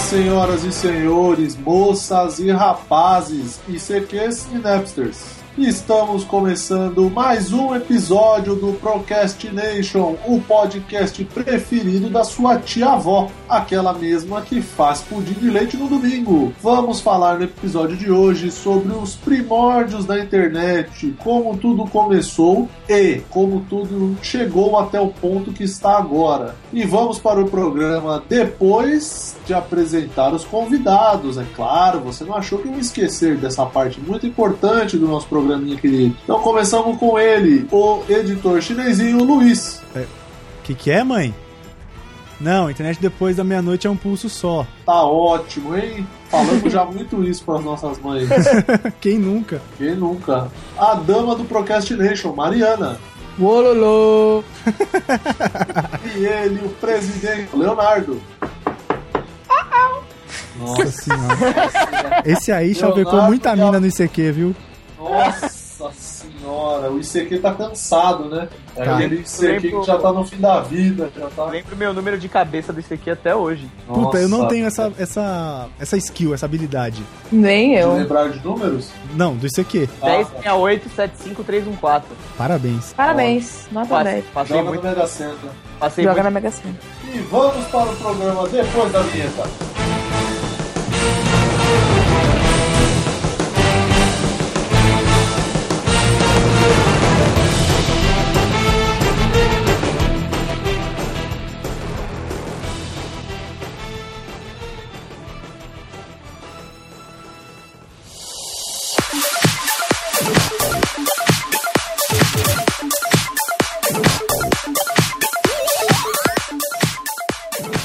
senhoras e senhores, moças e rapazes, ICQs e Napsters. Estamos começando mais um episódio do Procrastination, o podcast preferido da sua tia-avó, aquela mesma que faz pudim de leite no domingo. Vamos falar no episódio de hoje sobre os primórdios da internet, como tudo começou e como tudo chegou até o ponto que está agora. E vamos para o programa depois de apresentar os convidados, é claro, você não achou que eu ia esquecer dessa parte muito importante do nosso programa programinha querido. Então começamos com ele, o editor chinesinho Luiz. O é, que, que é, mãe? Não, a internet depois da meia-noite é um pulso só. Tá ótimo, hein? Falamos já muito isso para as nossas mães. Quem nunca? Quem nunca? A dama do Procrastination, Mariana. Wololô! e ele, o presidente, Leonardo. Nossa senhora. Esse aí chavecou muita mina no ICQ, viu? Nossa senhora, o ICQ tá cansado, né? É tá. Aquele ICQ lembro, que já tá no fim da vida. Já tá... Lembro meu número de cabeça do ICQ até hoje. Puta, Nossa, eu não tenho essa, essa, essa skill, essa habilidade. Nem eu. De lembrar de números? tá. Não, do ICQ. Ah, 1068-75314. Parabéns. Parabéns. Nota Passe, 10. Passei Joga muito... na Mega Sena. Passei Joga muito... na Mega Sena. E vamos para o programa depois da vinheta.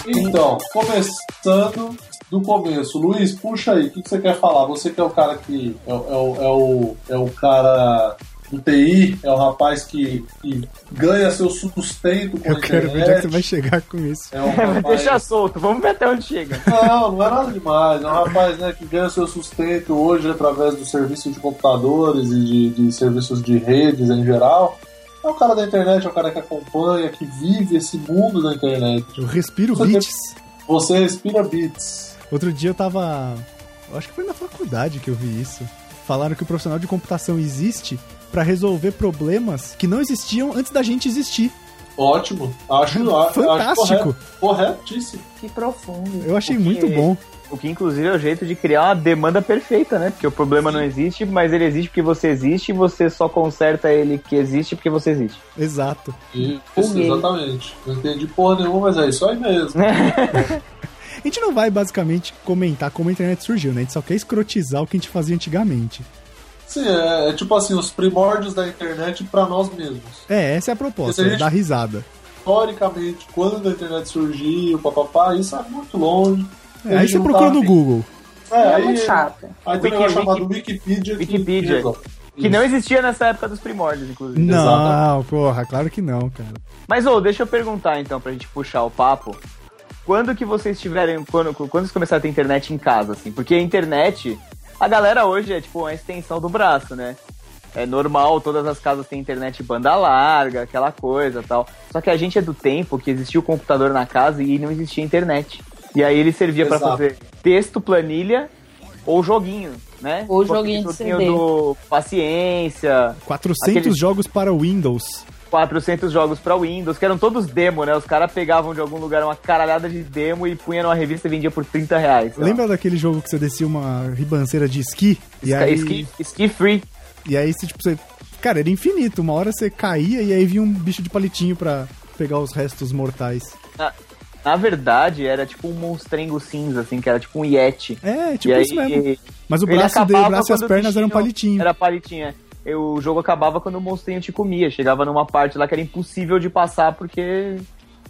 Então, começando do começo, Luiz, puxa aí, o que, que, você quer falar? Você que é o cara que é, é, é, o, é o cara do TI, é o rapaz que, que ganha seu sustento com Eu quero ver onde é que você vai chegar com isso. É um rapaz... Deixa solto, vamos ver até onde chega. Não, não é nada demais. É um rapaz né, que ganha seu sustento hoje através do serviço de computadores e de, de serviços de redes em geral é o cara da internet, é o cara que acompanha, que vive esse mundo da internet. Eu respiro você beats. você respira beats. Outro dia eu tava. Eu acho que foi na faculdade que eu vi isso. Falaram que o profissional de computação existe para resolver problemas que não existiam antes da gente existir. Ótimo. Acho, Fantástico. Acho correto, corretíssimo. Que profundo. Eu achei Porque... muito bom. O que, inclusive, é o jeito de criar uma demanda perfeita, né? Porque o problema não existe, mas ele existe porque você existe e você só conserta ele que existe porque você existe. Exato. Isso, exatamente. Não entendi porra nenhuma, mas é isso aí mesmo. Né? a gente não vai basicamente comentar como a internet surgiu, né? A gente só quer escrotizar o que a gente fazia antigamente. Sim, é, é tipo assim, os primórdios da internet para nós mesmos. É, essa é a proposta, a gente... dar risada. Historicamente, quando a internet surgiu, papapá, isso é muito longe. É, aí você procura no Google. É, é aí, muito chato. Aí tem um negócio chamado Wikipedia. Wikipedia. Que, que não existia nessa época dos primórdios, inclusive. Não, Exatamente. porra, claro que não, cara. Mas, ô, oh, deixa eu perguntar então, pra gente puxar o papo. Quando que vocês tiverem. Quando, quando vocês começaram a ter internet em casa, assim? Porque a internet. A galera hoje é tipo uma extensão do braço, né? É normal, todas as casas têm internet banda larga, aquela coisa tal. Só que a gente é do tempo que existia o computador na casa e não existia internet. E aí ele servia para fazer texto, planilha ou joguinho, né? Ou joguinho, de CD. do Paciência. 400 aqueles... jogos para Windows. 400 jogos para Windows, que eram todos demo, né? Os caras pegavam de algum lugar uma caralhada de demo e punha numa revista e vendia por 30 reais. Lembra daquele jogo que você descia uma ribanceira de esqui? E aí... Esqui, esqui free. E aí você, tipo, você... Cara, era infinito. Uma hora você caía e aí vinha um bicho de palitinho pra pegar os restos mortais. Ah. Na verdade, era tipo um monstrengo cinza, assim, que era tipo um Yeti. É, tipo e isso aí, mesmo. Mas o braço dele, o braço e as pernas eram um palitinho. Era palitinho, é. E o jogo acabava quando o monstrinho te comia. Chegava numa parte lá que era impossível de passar porque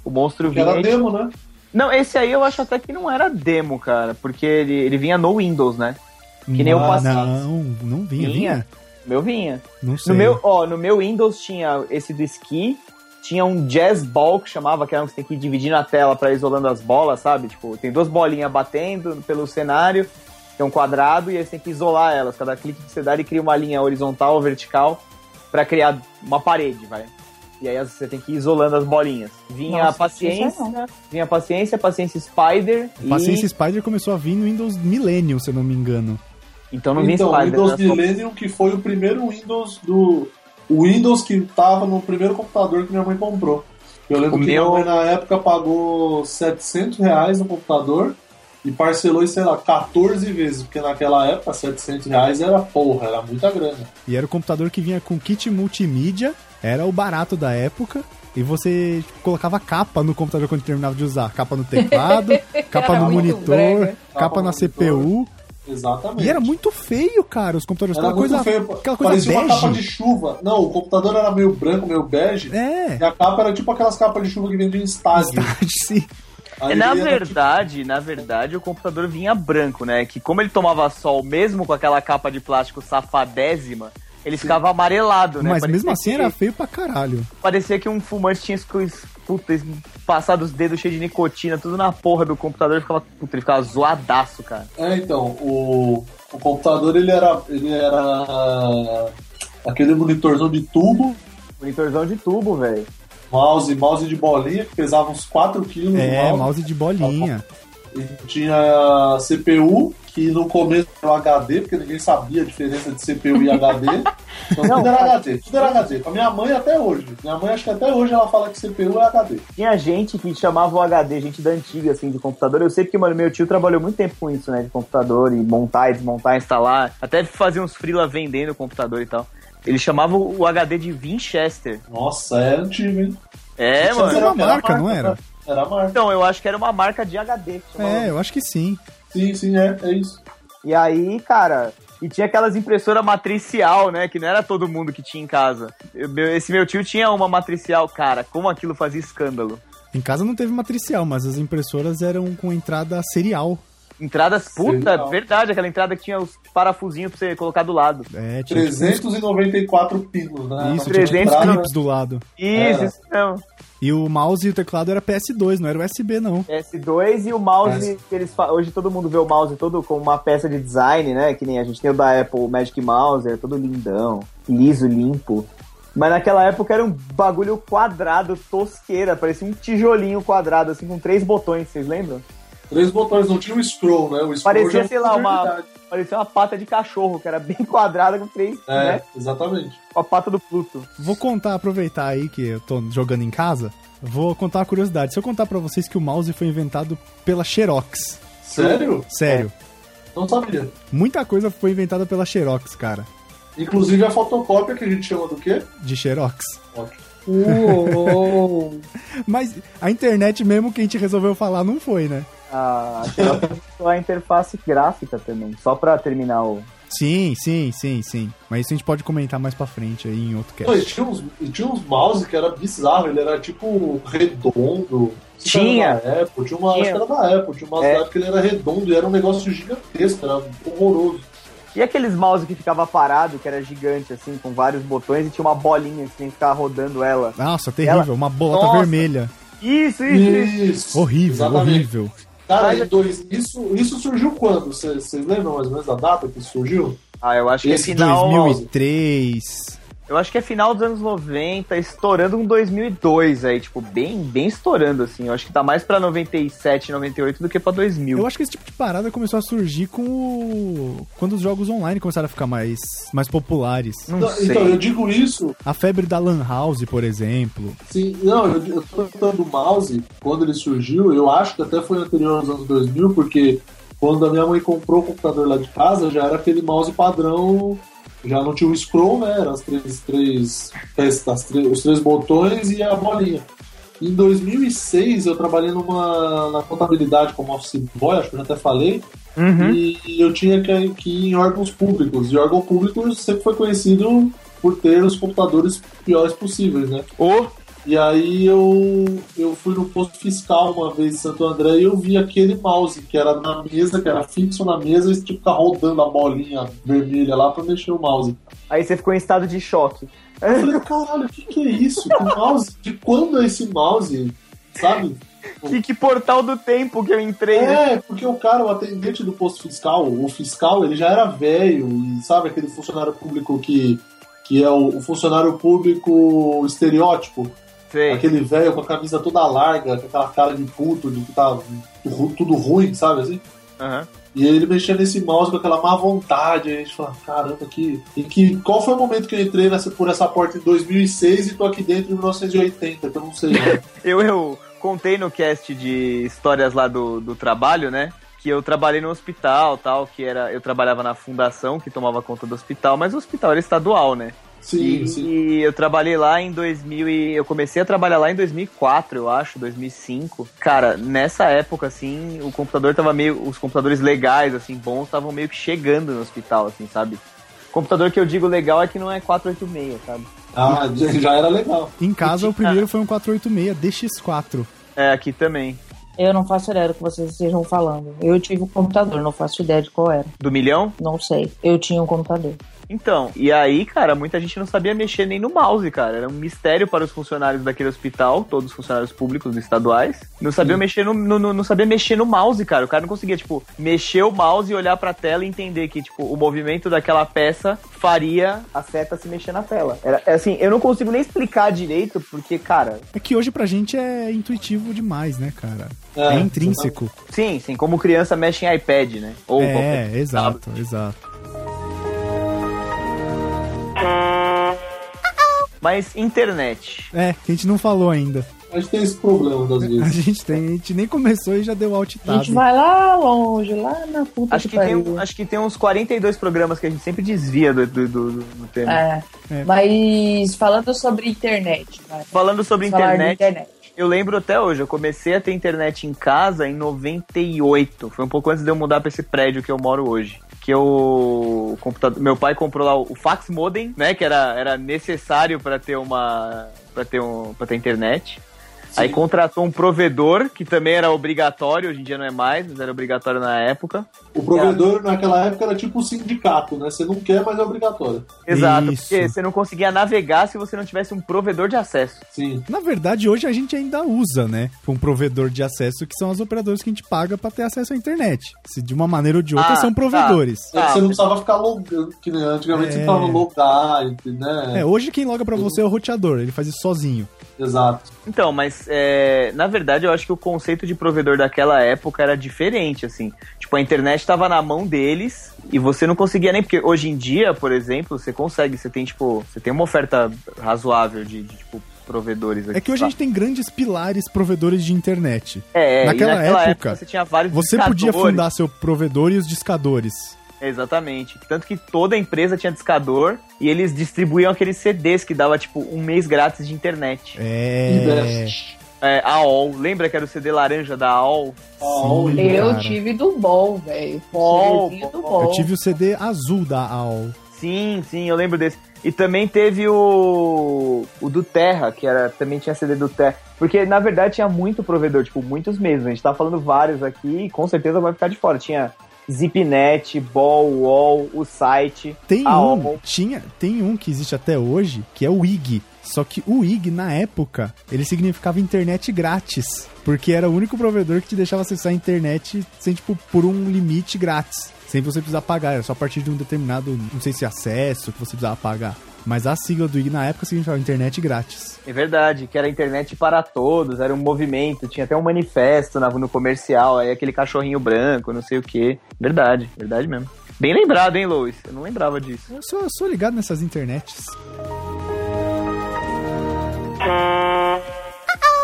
o monstro vinha. Era demo, né? Não, esse aí eu acho até que não era demo, cara. Porque ele, ele vinha no Windows, né? Que nem não, o passado. Não, não vinha, vinha. vinha. No meu vinha. Não sei. No meu, ó, no meu Windows tinha esse do esqui, tinha um jazz ball que chamava, que era um que você tem que dividir na tela para isolando as bolas, sabe? Tipo, tem duas bolinhas batendo pelo cenário, tem um quadrado e aí você tem que isolar elas. Cada clique que você dá, ele cria uma linha horizontal ou vertical para criar uma parede, vai. E aí você tem que ir isolando as bolinhas. Vinha Nossa, é a paciência, não sei vinha a paciência, paciência Spider. e- Paciência Spider começou a vir no Windows Millennium, se eu não me engano. Então não vinha então, Spider. Windows né? Só- Millennium, que foi o primeiro Windows do. O Windows que tava no primeiro computador que minha mãe comprou. Eu lembro O que meu- minha mãe na época pagou 700 reais no computador e parcelou, em, sei lá, 14 vezes, porque naquela época 700 reais era porra, era muita grana. E era o computador que vinha com kit multimídia, era o barato da época. E você colocava capa no computador quando terminava de usar. Capa no teclado, capa Era no muito monitor, brega. capa Capa na no CPU. Exatamente. E era muito feio, cara, os computadores. Era Aquela muito coisa, feio. aquela coisa Parecia uma capa bege. de chuva. Não, o computador era meio branco, meio bege. É, E a capa era tipo aquelas capas de chuva que vendiam em estádio. sim. Aí na era verdade, na verdade, o computador vinha branco, né? Que como ele tomava sol, mesmo com aquela capa de plástico safadésima, ele ficava amarelado, né? Mas Parecia mesmo assim que- era feio pra caralho. Parecia que um fumante tinha esco- puta, es- passado os dedos cheios de nicotina, tudo na porra do computador, ele ficava, puta, ele ficava zoadaço, cara. É, então, o, o computador ele era, ele era aquele monitorzão de tubo, Monitorzão de tubo, velho. mouse, mouse de bolinha, que pesava uns 4 quilos É, de mouse de bolinha. E tinha CPU, que no começo era o HD, porque ninguém sabia a diferença de CPU e HD. Então tudo era HD, tudo era HD. Pra minha mãe até hoje. Minha mãe acho que até hoje ela fala que CPU é HD. Tinha gente que chamava o HD, gente da antiga, assim, de computador. Eu sei porque, mano, meu tio trabalhou muito tempo com isso, né? De computador e montar e desmontar, instalar. Até fazia uns freela vendendo o computador e tal. Ele chamava o HD de Winchester. Nossa, é antigo, hein? É, Winchester mano. era- uma marca, não era? né? Era a marca. Então, eu acho que era uma marca de HD. que chamava. É, eu acho que sim. Sim, sim, é, é isso. E aí, cara, e tinha aquelas impressoras matricial, né? Que não era todo mundo que tinha em casa. Eu- meu- esse meu tio tinha uma matricial, cara. Como aquilo fazia escândalo. Em casa não teve matricial, mas as impressoras eram com entrada serial. Entradas, puta, Serial. verdade. Aquela entrada que tinha os parafusinhos pra você colocar do lado. É, tinha tipo, 394 pinos, né? isso, tinha 300 tipo, Entrada, clips do lado. Isso, Era. isso mesmo. E o mouse e o teclado era PS2, não era USB, não. S2 e o mouse, que eles fa- hoje todo mundo vê o mouse todo como uma peça de design, né? Que nem a gente tem o da Apple, o Magic Mouse, era todo lindão, liso, limpo. Mas naquela época era um bagulho quadrado, tosqueira, parecia um tijolinho quadrado, assim, com três botões, vocês lembram? Três botões, não tinha um scroll, né? O scroll Parecia, já é sei lá, uma- verdade. Parecia uma pata de cachorro, que era bem quadrada, com três, É, né? exatamente. Com a pata do Pluto. Vou contar, aproveitar aí que eu tô jogando em casa, vou contar uma curiosidade. Se eu contar pra vocês que o mouse foi inventado pela Xerox, Sério? sério, Não sabia. muita coisa foi inventada pela Xerox, cara, Inclusive a fotocópia que a gente chama do quê? de Xerox. Uou! Mas a internet mesmo que a gente resolveu falar não foi, né? A Xerox lançou Ah, a interface gráfica também, só pra terminar o... Sim, sim, sim, sim. Mas isso a gente pode comentar mais pra frente aí em outro Não, e cast. tinha uns, e tinha uns mouse que era bizarro, ele era tipo redondo. Acho que Tinha. Era da Apple, tinha uma, acho que era da Apple, tinha uma É. cidade que ele era redondo e era um negócio gigantesco, era horroroso. E aqueles mouse que ficava parado, que era gigante, assim, com vários botões e tinha uma bolinha que você tinha que ficar rodando ela. Nossa, terrível, uma bolota Nossa. vermelha. Isso, isso, isso. Isso! Horrível, Exatamente. horrível. Cara, Mas- em dois, isso, isso surgiu quando? Vocês lembram mais ou menos da data que surgiu? Ah, eu acho que é Esse final. 2003. Eu acho que é final dos anos 90, estourando um 2002 aí, tipo, bem, bem estourando, assim. Eu acho que tá mais pra 97, 98 do que pra 2000. Eu acho que esse tipo de parada começou a surgir com o... quando os jogos online começaram a ficar mais, mais populares. Não Então, sei. então, eu digo isso A febre da Lan House, por exemplo. Sim, não, eu, eu tô perguntando o mouse, quando ele surgiu, eu acho que até foi anterior aos anos 2000, porque quando a minha mãe comprou o computador lá de casa, já era aquele mouse padrão, já não tinha o scroll, né? Era as três, três, as, as três- os três botões e a bolinha. Em 2006, eu trabalhei numa, na contabilidade como office boy, acho que eu já até falei, Uhum. e eu tinha que, que ir em órgãos públicos. E órgão público sempre foi conhecido por ter os computadores piores possíveis, né? Ô, E aí eu, eu fui no posto fiscal uma vez em Santo André e eu vi aquele mouse que era na mesa, que era fixo na mesa, e tipo ficar rodando a bolinha vermelha lá pra mexer o mouse. Aí você ficou em estado de choque. Eu falei, caralho, o que, que é isso? Que mouse? De quando é esse mouse? Sabe? Que, que portal do tempo que eu entrei, né? É, porque o cara, o atendente do posto fiscal, o fiscal, ele já era velho, e sabe aquele funcionário público que que é o, o funcionário público estereótipo, Sei. aquele velho com a camisa toda larga, com aquela cara de puto, de que tá ru- tudo ruim, sabe assim? Aham. E ele mexendo nesse mouse com aquela má vontade, aí a gente fala, caramba, que. E que qual foi o momento que eu entrei nessa, por essa porta em 2006 e tô aqui dentro em 1980, que eu não sei. né? Eu, eu contei no cast de histórias lá do, do trabalho, né? Que eu trabalhei no hospital tal, que era. Eu trabalhava na fundação que tomava conta do hospital, mas o hospital era estadual, né? Sim, e, sim. e eu trabalhei lá em 2000 e eu comecei a trabalhar lá em 2004, eu acho, 2005. Cara, nessa época assim, o computador tava meio os computadores legais assim, bons, estavam meio que chegando no hospital assim, sabe? Computador que eu digo legal é que não é 486, sabe? Ah, já já era legal. Em casa, o Cara. primeiro foi um 486 DX4. É, aqui também. Eu não faço ideia do que vocês estejam falando. Eu tive um computador, não faço ideia de qual era. Do milhão? Não sei. Eu tinha um computador. Então, e aí, cara, muita gente não sabia mexer nem no mouse, cara. Era um mistério para os funcionários daquele hospital, todos os funcionários públicos e estaduais. Não sabia mexer no, no- no- não sabia mexer no mouse, cara. O cara não conseguia, tipo, mexer o mouse e olhar pra tela e entender que, tipo, o movimento daquela peça faria a seta se mexer na tela. Era é assim, eu não consigo nem explicar direito, porque, cara, É que hoje pra gente é intuitivo demais, né, cara? É, É, intrínseco. sim, sim, como criança mexe em iPad, né? Ou qualquer- É, exato, exato. Mas internet. É, que a gente não falou ainda. A gente tem esse problema das A vezes. gente tem, a gente nem começou e já deu alt A tab. gente vai lá longe, lá na puta Acho que que, tem, pariu. um- acho que tem uns 42 programas que a gente sempre desvia do, do, do, do tema. É. É. Mas falando sobre internet, vai. Falando sobre Falar de internet, internet. eu lembro até hoje, eu comecei a ter internet em casa em 98. Foi um pouco antes de eu mudar pra esse prédio que eu moro hoje. Que eu, o computador, meu pai comprou lá o, o fax modem, né, que era, era necessário para ter uma para ter um para ter internet. Aí contratou um provedor, que também era obrigatório, hoje em dia não é mais, mas era obrigatório na época. É. O provedor naquela época era tipo um sindicato, né? Você não quer, mas é obrigatório. Exato, Isso. porque você não conseguia navegar se você não tivesse um provedor de acesso. Sim. Na verdade, hoje a gente ainda usa, né? Um provedor de acesso que são as operadoras que a gente paga pra ter acesso à internet. Se de uma maneira ou de outra Ah, são tá. provedores. É que Ah, você não mas- precisava ficar logando, que nem antigamente você É. precisava logar, né? É, hoje quem loga pra você é o roteador, ele faz isso sozinho. Exato. Então, mas é, na verdade eu acho que o conceito de provedor daquela época era diferente, assim. Tipo, a internet estava na mão deles e você não conseguia nem. Porque hoje em dia, por exemplo, você consegue, você tem, tipo, você tem uma oferta razoável de, de, tipo, provedores aqui. É que hoje a gente tem grandes pilares provedores de internet. É, e naquela naquela, época, época, você tinha vários Você podia discadores. fundar seu provedor e os discadores. Exatamente. Tanto que toda empresa tinha discador e eles distribuíam aqueles CDs que dava, tipo, um mês grátis de internet. É. É, AOL. Lembra que era o CD laranja da AOL? Ó, Sim. olha. Eu Cara. tive do bom, velho. Bol, CDzinho do bol. bom. Eu tive o CD azul da AOL. Sim, sim, eu lembro desse. E também teve o, o do Terra, que era também tinha CD do Terra. Porque, na verdade, tinha muito provedor, tipo, muitos mesmo. A gente tá falando vários aqui e com certeza vai ficar de fora. Tinha Zipnet, Ball, UOL, o site. Tem Ah, um, bom. tinha, tem um que existe até hoje, que é o IG. Só que o IG, na época, ele significava internet grátis. Porque era o único provedor que te deixava acessar a internet sem, tipo, por um limite grátis. Sem você precisar pagar. Era só a partir de um determinado, não sei se acesso, que você precisava pagar. Mas a sigla do IG na época significava internet grátis. É verdade, que era internet para todos, era um movimento, tinha até um manifesto na- no comercial, aí aquele cachorrinho branco, não sei o quê. Verdade, verdade mesmo. Bem lembrado, hein, Lois? Eu não lembrava disso. Eu sou, sou ligado nessas internets.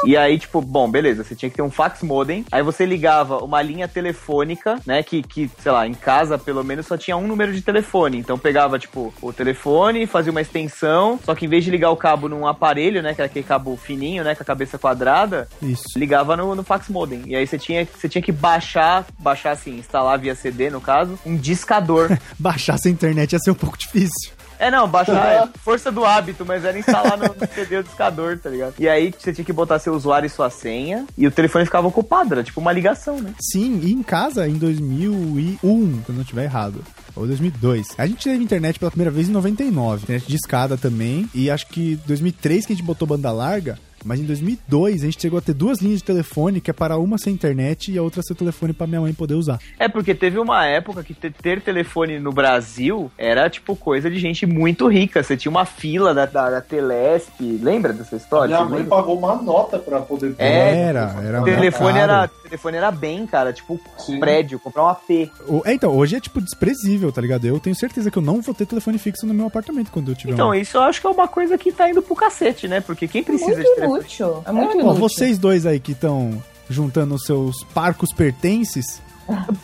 E aí, tipo, bom, beleza, você tinha que ter um fax modem, aí você ligava uma linha telefônica, né, que, que, sei lá, em casa, pelo menos, só tinha um número de telefone. Então pegava, tipo, o telefone, fazia uma extensão, só que em vez de ligar o cabo num aparelho, né, que era aquele cabo fininho, né, com a cabeça quadrada, Isso. ligava no, no fax modem. E aí você tinha, você tinha que baixar, baixar assim, instalar via CD, no caso, um discador. Baixar essa internet ia ser um pouco difícil. É, não, baixar é força do hábito, mas era instalar no, no CD o discador, tá ligado? E aí você tinha que botar seu usuário e sua senha, e o telefone ficava ocupado, era tipo uma ligação, né? Sim, e em casa em 2001, se eu não estiver errado. Ou 2002. A gente teve internet pela primeira vez em 99. Internet de escada também. E acho que 2003 que a gente botou banda larga. Mas em 2002 a gente chegou a ter duas linhas de telefone, que é para uma ser internet e a outra ser telefone para minha mãe poder usar. É porque teve uma época que te- ter telefone no Brasil era, tipo, coisa de gente muito rica. Você tinha uma fila da, da, da Telesp. Lembra dessa história? Minha Você mãe né? lembra? pagou uma nota pra poder ter. É, era, era O muito telefone caro. era, o telefone era bem, cara, tipo Sim. prédio, comprar um AP. O- é, então, hoje é tipo desprezível, tá ligado? Eu tenho certeza que eu não vou ter telefone fixo no meu apartamento quando eu tiver Então, um. isso eu acho que é uma coisa que tá indo pro cacete, né? Porque quem precisa de Muito telefone. inútil. É muito Ó, inútil. vocês dois aí que estão juntando os seus parcos pertences,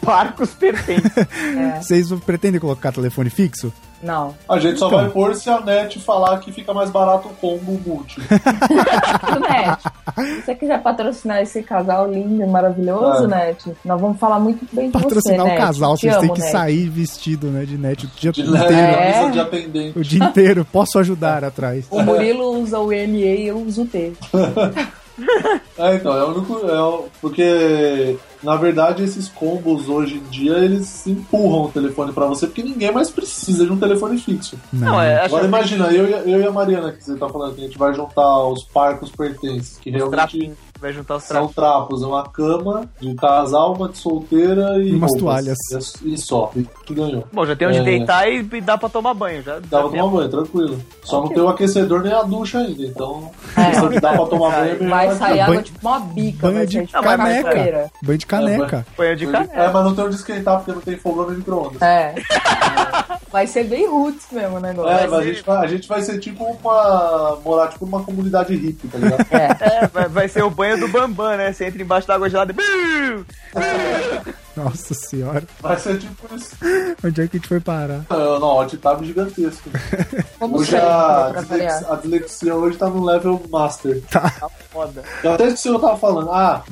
Barcos pertencem. É. vocês pretendem colocar telefone fixo? Não. A gente só Então. vai pôr se a net falar que fica mais barato o tipo, combo multi. Tudo, Net, se Né? você quiser patrocinar esse casal lindo e maravilhoso, Ah. Net, nós vamos falar muito bem de você, Patrocinar o Net. casal, Te vocês têm amo, né? que Net. sair vestido, né, de net o dia De leve, inteiro. É. camisa de atendente. O dia inteiro, posso ajudar atrás. O Murilo usa o ME e eu uso o T. É, então, é o único. É o- porque, na verdade, esses combos hoje em dia eles empurram o telefone pra você, porque ninguém mais precisa de um telefone fixo. Não, é, acho Agora imagina, eu, e a- eu e a Mariana, que você tá falando que a gente vai juntar os parcos pertences, que os realmente trapinhos. Vai juntar os são trapinhos. trapos, é uma cama de um casal, uma de solteira e. E umas roupas. toalhas. E e só, e que ganhou. Bom, já tem onde É. deitar e, e dá pra tomar banho. Já, Dá pra Tá já tem- tomar banho, tranquilo. Só não tem o aquecedor nem a ducha ainda, então. É. só que Dá pra tomar banho é melhor. Vai sair água banho- tipo uma bica, banho vai de sair tipo uma caneca. cachoeira. Banho de caneca. banho de canela. É, mas não tem onde esquentar porque não tem fogão nem micro-ondas. né? É. Vai ser bem roots mesmo o negócio. É, Vai mas ser- a gente, vai, a gente vai ser tipo uma. morar tipo numa comunidade hippie, tá ligado? É. É, vai, vai ser o banho do Bambam, né? Você entra embaixo da água gelada e... Biu! Nossa senhora, Vai ser tipo isso. onde é que a gente foi parar? Não, não, o tab gigantesco. Como Hoje sempre, a, né, pra dislex- variar. a dislexia hoje tá no level master. Foda. Eu até esqueci o que eu tava falando. Ah!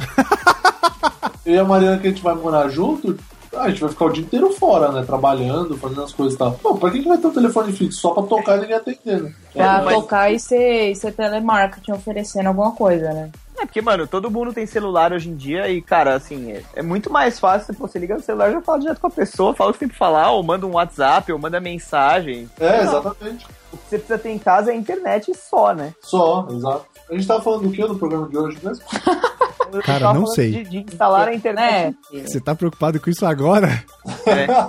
eu e a Mariana que a gente vai morar junto, a gente vai ficar o dia inteiro fora, né? Trabalhando, fazendo as coisas e tal. Pô, pra que, que vai ter um telefone fixo? Só pra tocar e ninguém atender, né? Pra Mas- tocar e ser, e ser telemarketing oferecendo alguma coisa, né? É porque, mano, todo mundo tem celular hoje em dia e, cara, assim, é, é muito mais fácil se você liga no celular e já fala direto com a pessoa, fala o que tem pra falar, ou manda um WhatsApp, ou manda mensagem. É, exatamente. O que você precisa ter em casa é a internet e só, né? Só, exato. A gente tava falando do que no programa de hoje mesmo? Eu Cara, tava não falando sei. De, de instalar a internet. Né? Você tá preocupado com isso agora? É.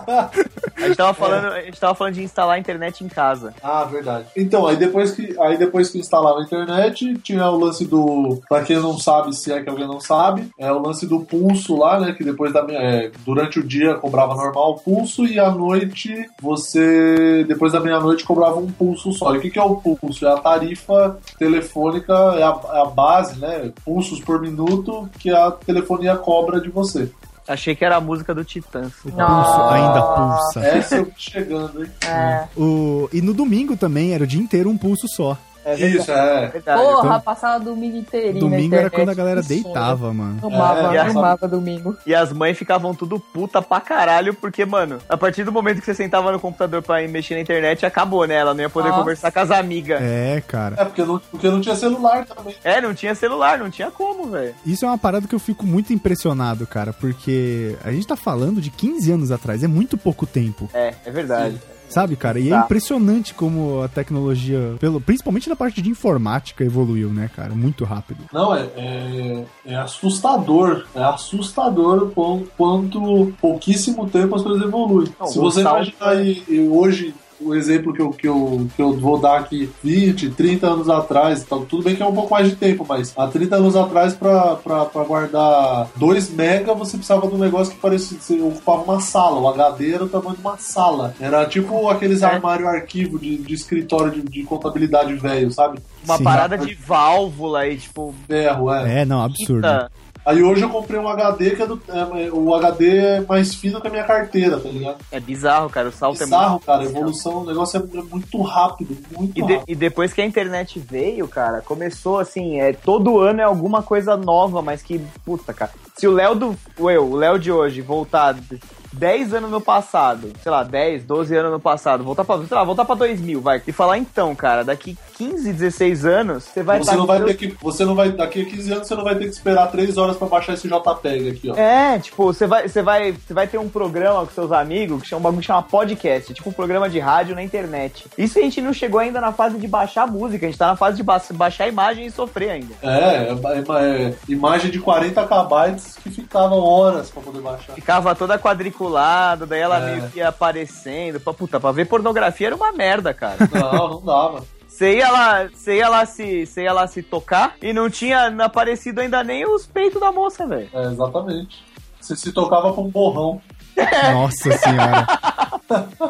A, gente tava falando, a gente tava falando de instalar a internet em casa. Ah, verdade. Então, aí depois que, aí depois que instalava a internet, tinha o lance do. Pra quem não sabe, se é que alguém não sabe, é o lance do pulso lá, né? Que depois da. meia- é, durante o dia cobrava normal o pulso e à noite você. Depois da meia-noite cobrava um pulso só. E o que, que é o pulso? É a tarifa telefônica, é a, é a base, né? Pulsos por minuto que a telefonia cobra de você. Achei que era a música do Titãs. O pulso Nossa. ainda pulsa. Essa eu tô chegando, hein? É. O... E no domingo também era o dia inteiro um pulso só. É Isso, é. verdade. Porra, passava domingo inteirinho. na domingo era internet, quando a galera é que sono. deitava, mano. Arrumava, É. arrumava domingo. E as mães ficavam tudo puta pra caralho, porque, mano, a partir do momento que você sentava no computador pra ir mexer na internet, acabou, né? Ela não ia poder Nossa. conversar com as amigas. É, cara. É, porque não, porque não tinha celular também. É, não tinha celular, não tinha como, velho. Isso é uma parada que eu fico muito impressionado, cara, porque a gente tá falando de 15 anos atrás, é muito pouco tempo, É, é verdade. sabe, cara? E é Tá. impressionante como a tecnologia, pelo, principalmente na parte de informática, evoluiu, né, cara? Muito rápido. Não, é, é, é assustador. É assustador o quão- quanto pouquíssimo tempo as coisas evoluem. Não, Se o você salto imaginar aí, e hoje. O exemplo que eu, que, eu, que eu vou dar aqui, 20, 30 anos atrás, então, tudo bem que é um pouco mais de tempo, mas há 30 anos atrás, pra, pra, pra guardar 2 mega, você precisava de um negócio que parecia você ocupava uma sala. O HD era o tamanho de uma sala. Era tipo aqueles É. armário arquivo de, de escritório de, de contabilidade velho, sabe? Uma Sim. parada de válvula e, tipo, Ferro, é. É, não, absurdo. puta. Aí hoje eu comprei um HD que é do. é, o HD é mais fino que a minha carteira, tá ligado? É bizarro, cara. O salto é Bizarro, muito. cara. A evolução, o negócio é muito rápido, muito E, de- rápido. e depois que a internet veio, cara, começou assim, é, todo ano é alguma coisa nova, mas que, puta, cara. Se o Léo do. eu, o Léo de hoje voltar d- 10 anos no passado, sei lá, 10, 12 anos no passado, voltar pra, sei lá, voltar pra 2000, vai, e falar, então, cara, daqui 15, 16 anos, você vai Você tá não com vai seus ter que. Você não vai. Daqui a 15 anos você não vai ter que esperar 3 horas pra baixar esse JPEG aqui, ó. É, tipo, você vai, você vai, você vai ter um programa com seus amigos que chama um bagulho que chama podcast, tipo um programa de rádio na internet. Isso a gente não chegou ainda na fase de baixar a música, a gente tá na fase de ba- baixar a imagem e sofrer ainda. É, é, é, é imagem de 40 KB que ficavam horas pra poder baixar. Ficava toda quadriculada, daí ela É. meio que ia aparecendo. Pra, puta, pra ver pornografia era uma merda, cara. Não, não dava. Você ia lá, você ia lá se, você ia lá se tocar e não tinha aparecido ainda nem os peitos da moça, velho. É, exatamente. Você se tocava com um borrão. Nossa senhora.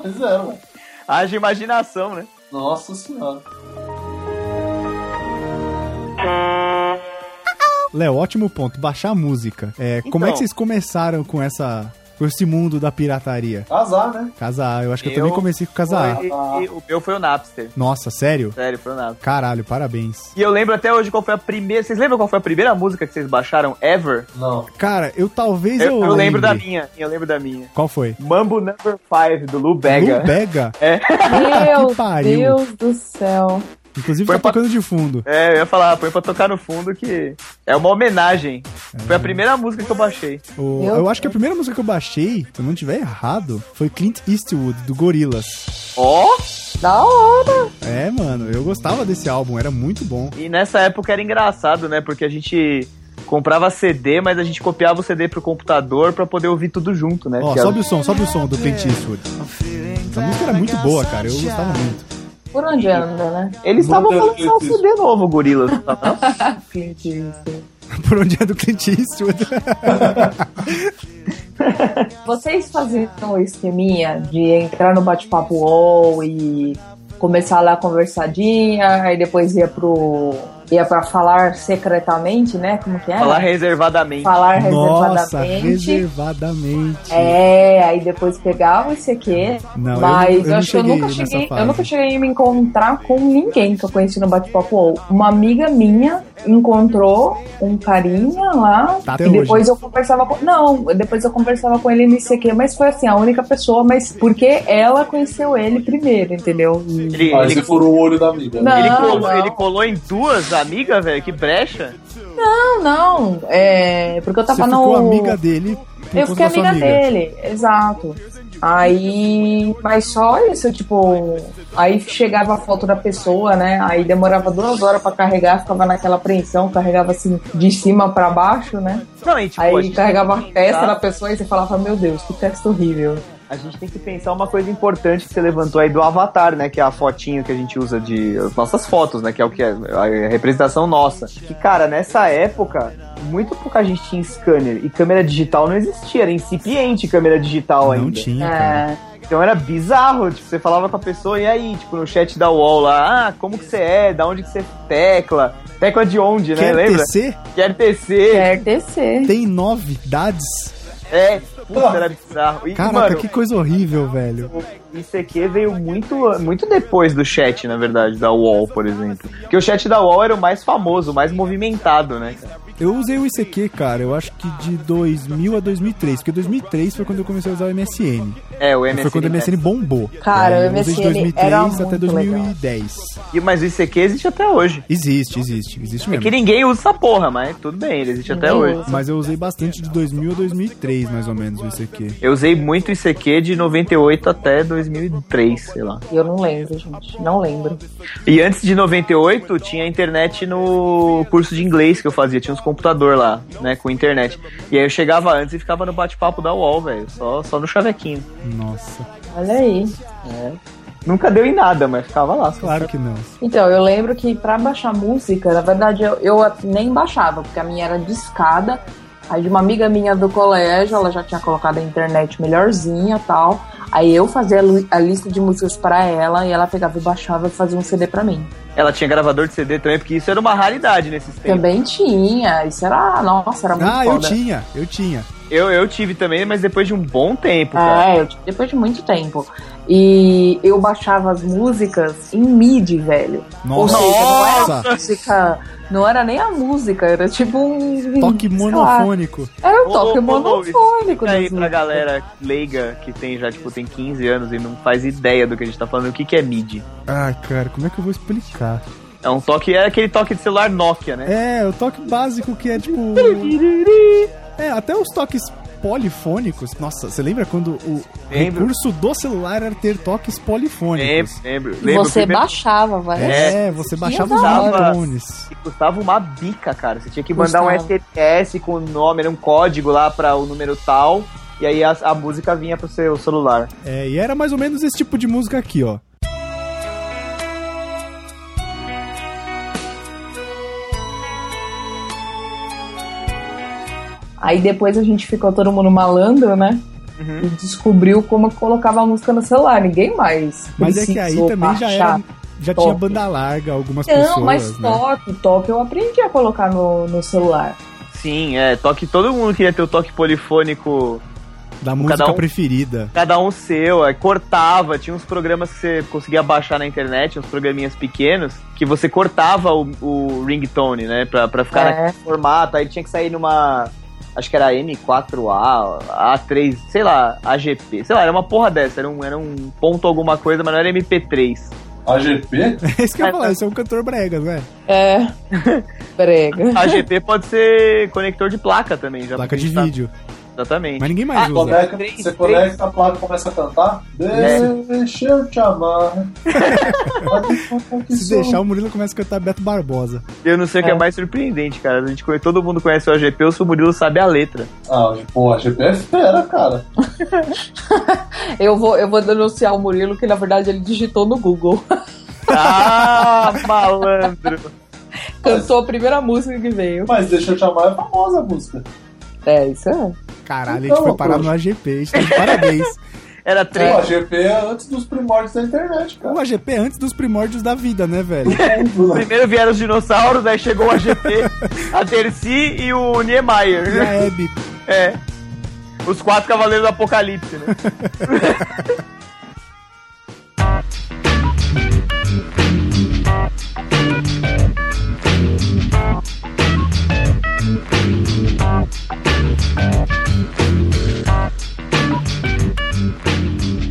Mas era, ué. Haja imaginação, né? Nossa senhora. Léo, ótimo ponto. Baixar música. É, Como é que Então. vocês começaram com essa. com esse mundo da pirataria? Azar, né? Casa A, eu acho que eu, Eu- também comecei com Casa A. Foi- e- e o meu foi o Napster. Nossa, sério? Sério, foi o Napster. Caralho, parabéns. E eu lembro até hoje qual foi a primeira. Vocês lembram qual foi a primeira música que vocês baixaram ever? Não. Cara, eu talvez eu. Eu, eu lembre. lembro da minha. Eu lembro da minha. Qual foi? Mambo Number 5, do Lu Bega. Lu Bega? É. Meu que pariu. Deus do céu. Inclusive Foi tá tocando de fundo. É, eu ia falar, põe pra tocar no fundo que é uma homenagem. Foi a primeira música que eu baixei. O- Meu eu acho que a primeira música que eu baixei, se eu não tiver errado, foi Clint Eastwood, do Gorillaz. Ó! Da hora. É, mano, eu gostava desse álbum, era muito bom. E nessa época era engraçado, né? Porque a gente comprava CD, mas a gente copiava o CD pro computador pra poder ouvir tudo junto, né? Ó, Porque sobe o som, sobe o som do Clint Eastwood. Essa música era muito boa, cara, eu gostava muito. Por onde anda, né? Eles estavam Não, falando só um isso. CD novo, tá, Gorilas. Clint Eastwood. Por onde é do Clint Eastwood? Vocês faziam o esqueminha de entrar no bate-papo UOL e começar lá a conversadinha, aí depois ia pro. ia pra falar secretamente, né? Como que é? Falar reservadamente. Falar Nossa, reservadamente. reservadamente. É, aí depois pegava esse aqui. Não, eu mas não- eu eu, não acho que eu cheguei nunca nessa cheguei. fase. Eu nunca cheguei a me encontrar com ninguém que eu conheci no bate-papo UOL. Uma amiga minha encontrou um carinha lá. Tá até e depois eu conversava com. Não, depois eu conversava com ele no ICQ, mas foi assim, a única pessoa, mas porque ela conheceu ele primeiro, entendeu? Hum. E- Ele, Aí ele- você furou o olho da amiga. né? Não. ele colou, não. ele colou em duas amigas, velho. Que brecha. Não, não. É. Porque eu Você tava ficou no. amiga dele por Eu conta fiquei da sua amiga, dele, exato. Aí, mas só isso, tipo, aí chegava a foto da pessoa, né? Aí demorava duas horas pra carregar, ficava naquela apreensão, carregava assim de cima pra baixo, né? Não, e, tipo, a Aí gente carregava a tem que testa pensar- da pessoa e você falava, meu Deus, que testa horrível. A gente tem que pensar uma coisa importante que você levantou aí do avatar, né? Que é a fotinho que a gente usa de. as nossas fotos, né? Que é o que é a representação nossa. Que, cara, nessa época, muito pouca gente tinha scanner e câmera digital não existia, era incipiente câmera digital Não ainda. tinha, cara. É, Então era bizarro, tipo, você falava com a pessoa e aí, tipo, no chat da UOL lá, ah, como que você é? Da onde que você tecla? Tecla de onde, né? Quer Lembra? é TC? Quer TC. é quer descer. Tem novidades? É, puta, era bizarro. E, Caraca, mano, que coisa horrível, velho. O ICQ veio muito, muito depois do chat, na verdade, da UOL, por exemplo. Porque o chat da UOL era o mais famoso, o mais movimentado, né? cara? Eu usei o ICQ, cara, eu acho que de 2000 a 2003, porque 2003 foi quando eu comecei a usar o MSN. É, o MSN. foi quando o né? MSN bombou. Cara, É, o eu usei de MSN 2003 era até muito 2010. né? E- Mas o ICQ existe até hoje. Existe, existe, existe É que mesmo. ninguém usa essa porra, mas tudo bem, ele existe até Ninguém hoje. usa. Mas eu usei bastante de 2000 a 2003, mais ou menos, o ICQ. Eu usei muito ICQ de 98 até 2003, sei lá. Eu não lembro, gente, não lembro. E antes de 98 tinha internet no curso de inglês que eu fazia, tinha uns computador lá, né, com internet. E aí eu chegava antes e ficava no bate-papo da UOL, velho, só, só no chavequinho. Nossa, Olha aí. Nunca deu em nada, mas ficava lá. só claro que não. Então, eu lembro que pra baixar música, na verdade eu, eu nem baixava, porque a minha era discada. Aí de uma amiga minha do colégio, ela já tinha colocado a internet melhorzinha tal. Aí eu fazia a lu- a lista de músicas pra ela e ela pegava e baixava e fazia um CD pra mim. Ela tinha gravador de CD também, porque isso era uma raridade nesses tempos. Também tinha, isso era, nossa, era Tá muito Ah, eu foda. tinha, eu tinha. Eu, eu tive também, mas depois de um bom tempo, cara. É, eu tive depois de muito tempo. E eu baixava as músicas em MIDI, velho. Nossa! Ou seja, não era Nossa. música. Não era nem a música, era tipo um. Toque sei lá, monofônico. Era um Ô, toque ô, ô, monofônico. Fica aí das pra músicas. galera leiga que tem já, tipo, tem 15 anos e não faz ideia do que a gente tá falando. O que, que é MIDI? Ai, cara, como é que eu vou explicar? É um toque, é aquele toque de celular Nokia, né? É, o toque básico que é tipo. É, até os toques polifônicos. Nossa, você lembra quando o Lembro. recurso do celular era ter toques Lembro, polifônicos? lembro. E lembro. você Primeiro baixava, velho. É, você baixava os Usava- matones. que custava uma bica, cara. Você tinha que mandar Custava. um SMS com o nome, era um código lá pra o número tal. E aí a, a música vinha pro seu celular. É, e era mais ou menos esse tipo de música aqui, ó. Aí depois a gente ficou todo mundo malandro, né? Uhum. E descobriu como que colocava a música no celular. Ninguém mais. Mas é que aí precisou também já baixar. era. Já tinha toque. banda larga, algumas pessoas. Não, mas né? toque, toque eu aprendi a colocar no, no celular. Sim, é, toque. Todo mundo queria ter o toque polifônico, Da música um- preferida. cada um seu. Aí cortava, tinha uns programas que você conseguia baixar na internet, uns programinhas pequenos, que você cortava o, o ringtone, né? Pra, pra ficar É. naquele formato. Aí tinha que sair numa. Acho que era M4A, A3, sei lá, AGP. Sei lá, era uma porra dessa. Era um, era um ponto alguma coisa, mas não era MP3. AGP? É isso que eu ia falar, isso é um cantor brega, né? É. Brega. AGP pode ser conector de placa também, já Placa de tá- vídeo. Exatamente. Mas ninguém mais Ah, usa. Conecta, Três, você três. conecta a placa e começa a cantar? É. Deixa eu te amar. Se deixar, o Murilo começa a cantar Beto Barbosa. Eu não sei o que é É. mais surpreendente, cara. A gente conhe- todo mundo conhece o AGP, o Submurilo sabe a letra. Ah, pô, AGP é fera, cara. Eu vou, eu vou denunciar o Murilo, que na verdade ele digitou no Google. Ah, malandro! Cantou a primeira música que veio. Mas deixa eu te amar é famosa a música. É, isso é. Caralho, a Então, gente foi parar poxa. no AGP. A gente tá de parabéns. Era Pô, três. AGP é antes dos primórdios da internet, O cara. AGP é antes dos primórdios da vida, né, velho? Primeiro vieram os dinossauros, aí chegou o AGP, a Dercy e o E Niemeyer. a Hebe. É. Os quatro cavaleiros do apocalipse, né?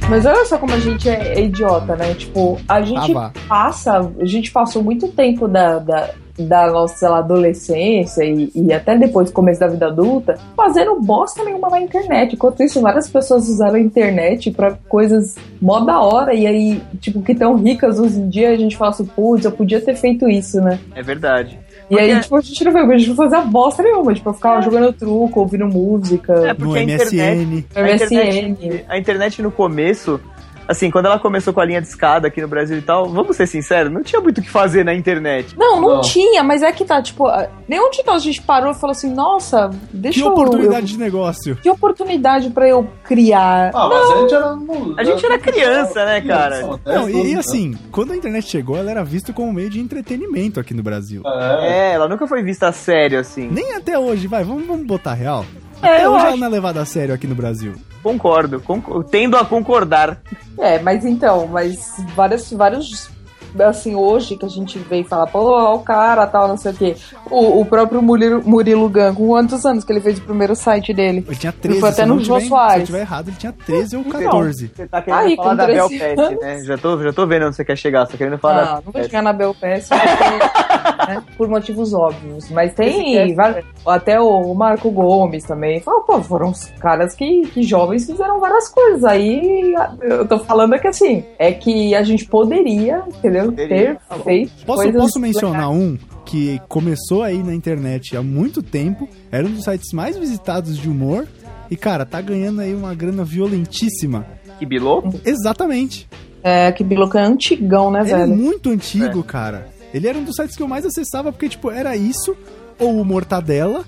Mas olha só como a gente é idiota, né? Tipo, a gente vá. passa, a gente passou muito tempo da, da, da nossa sei lá, adolescência e, e até depois do começo da vida adulta fazendo bosta nenhuma na internet. Enquanto isso, várias pessoas usaram a internet pra coisas mó da hora e aí, tipo, que tão ricas hoje em dia, a gente fala assim, putz, eu podia ter feito isso, né? É verdade. E Porque- é. aí, tipo, a gente não veio, a gente não fazia bosta nenhuma, tipo, eu ficava jogando truco, ouvindo É música, porque No a internet. MSN. a MSN. A internet no começo, assim, quando ela começou com a linha de escada aqui no Brasil e tal, vamos ser sinceros, não tinha muito o que fazer na internet. Não, não, Não. tinha, mas é que tá, tipo, nenhum de nós a gente parou e falou assim, nossa, deixa Que eu- oportunidade de eu. negócio. Que oportunidade pra eu criar. Ah, mas a gente era. no- A gente era criança, né, cara? São dez Não, e, e anos, assim, quando a internet chegou, ela era vista como um meio de entretenimento aqui no Brasil. né? É. É, ela nunca foi vista a sério, assim. Nem até hoje, vai, vamos, vamos botar real. É, Até então eu hoje acho. ela não é levada a sério aqui no Brasil. Concordo, concor- tendo a concordar. É, mas então, mas vários, vários. Assim, hoje que a gente vem falar, pô, ó, o cara, tal, não sei o quê. O, o próprio Murilo, Murilo Gun, com quantos anos que ele fez o primeiro site dele? Ele tinha 13, Foi até se, eu não no Jô tiver, se eu Soares. então, tiver errado, ele tinha 13 ou 14. Você tá querendo Aí, falar com da 13 Bel Pet, né? Já tô, já tô vendo onde você quer chegar, você tá querendo falar da Ah, não vou Bel Pet. chegar na Belpass porque, né, por motivos óbvios. Mas tem é va- até o Marco Gomes também. Fala, pô, foram os caras que, que jovens fizeram várias coisas. Aí eu tô falando é que assim, é que a gente poderia, entendeu? Poderia. Ter feito. Posso, coisas posso legais. mencionar um que começou aí na internet há muito tempo, era um dos sites mais visitados de humor, e cara, tá ganhando aí uma grana violentíssima. Que bilou? Exatamente. É, que Biloca é antigão, né, Ele é velho? muito antigo, cara. Ele era um dos sites que eu mais acessava, porque, tipo, era isso, ou o Mortadela,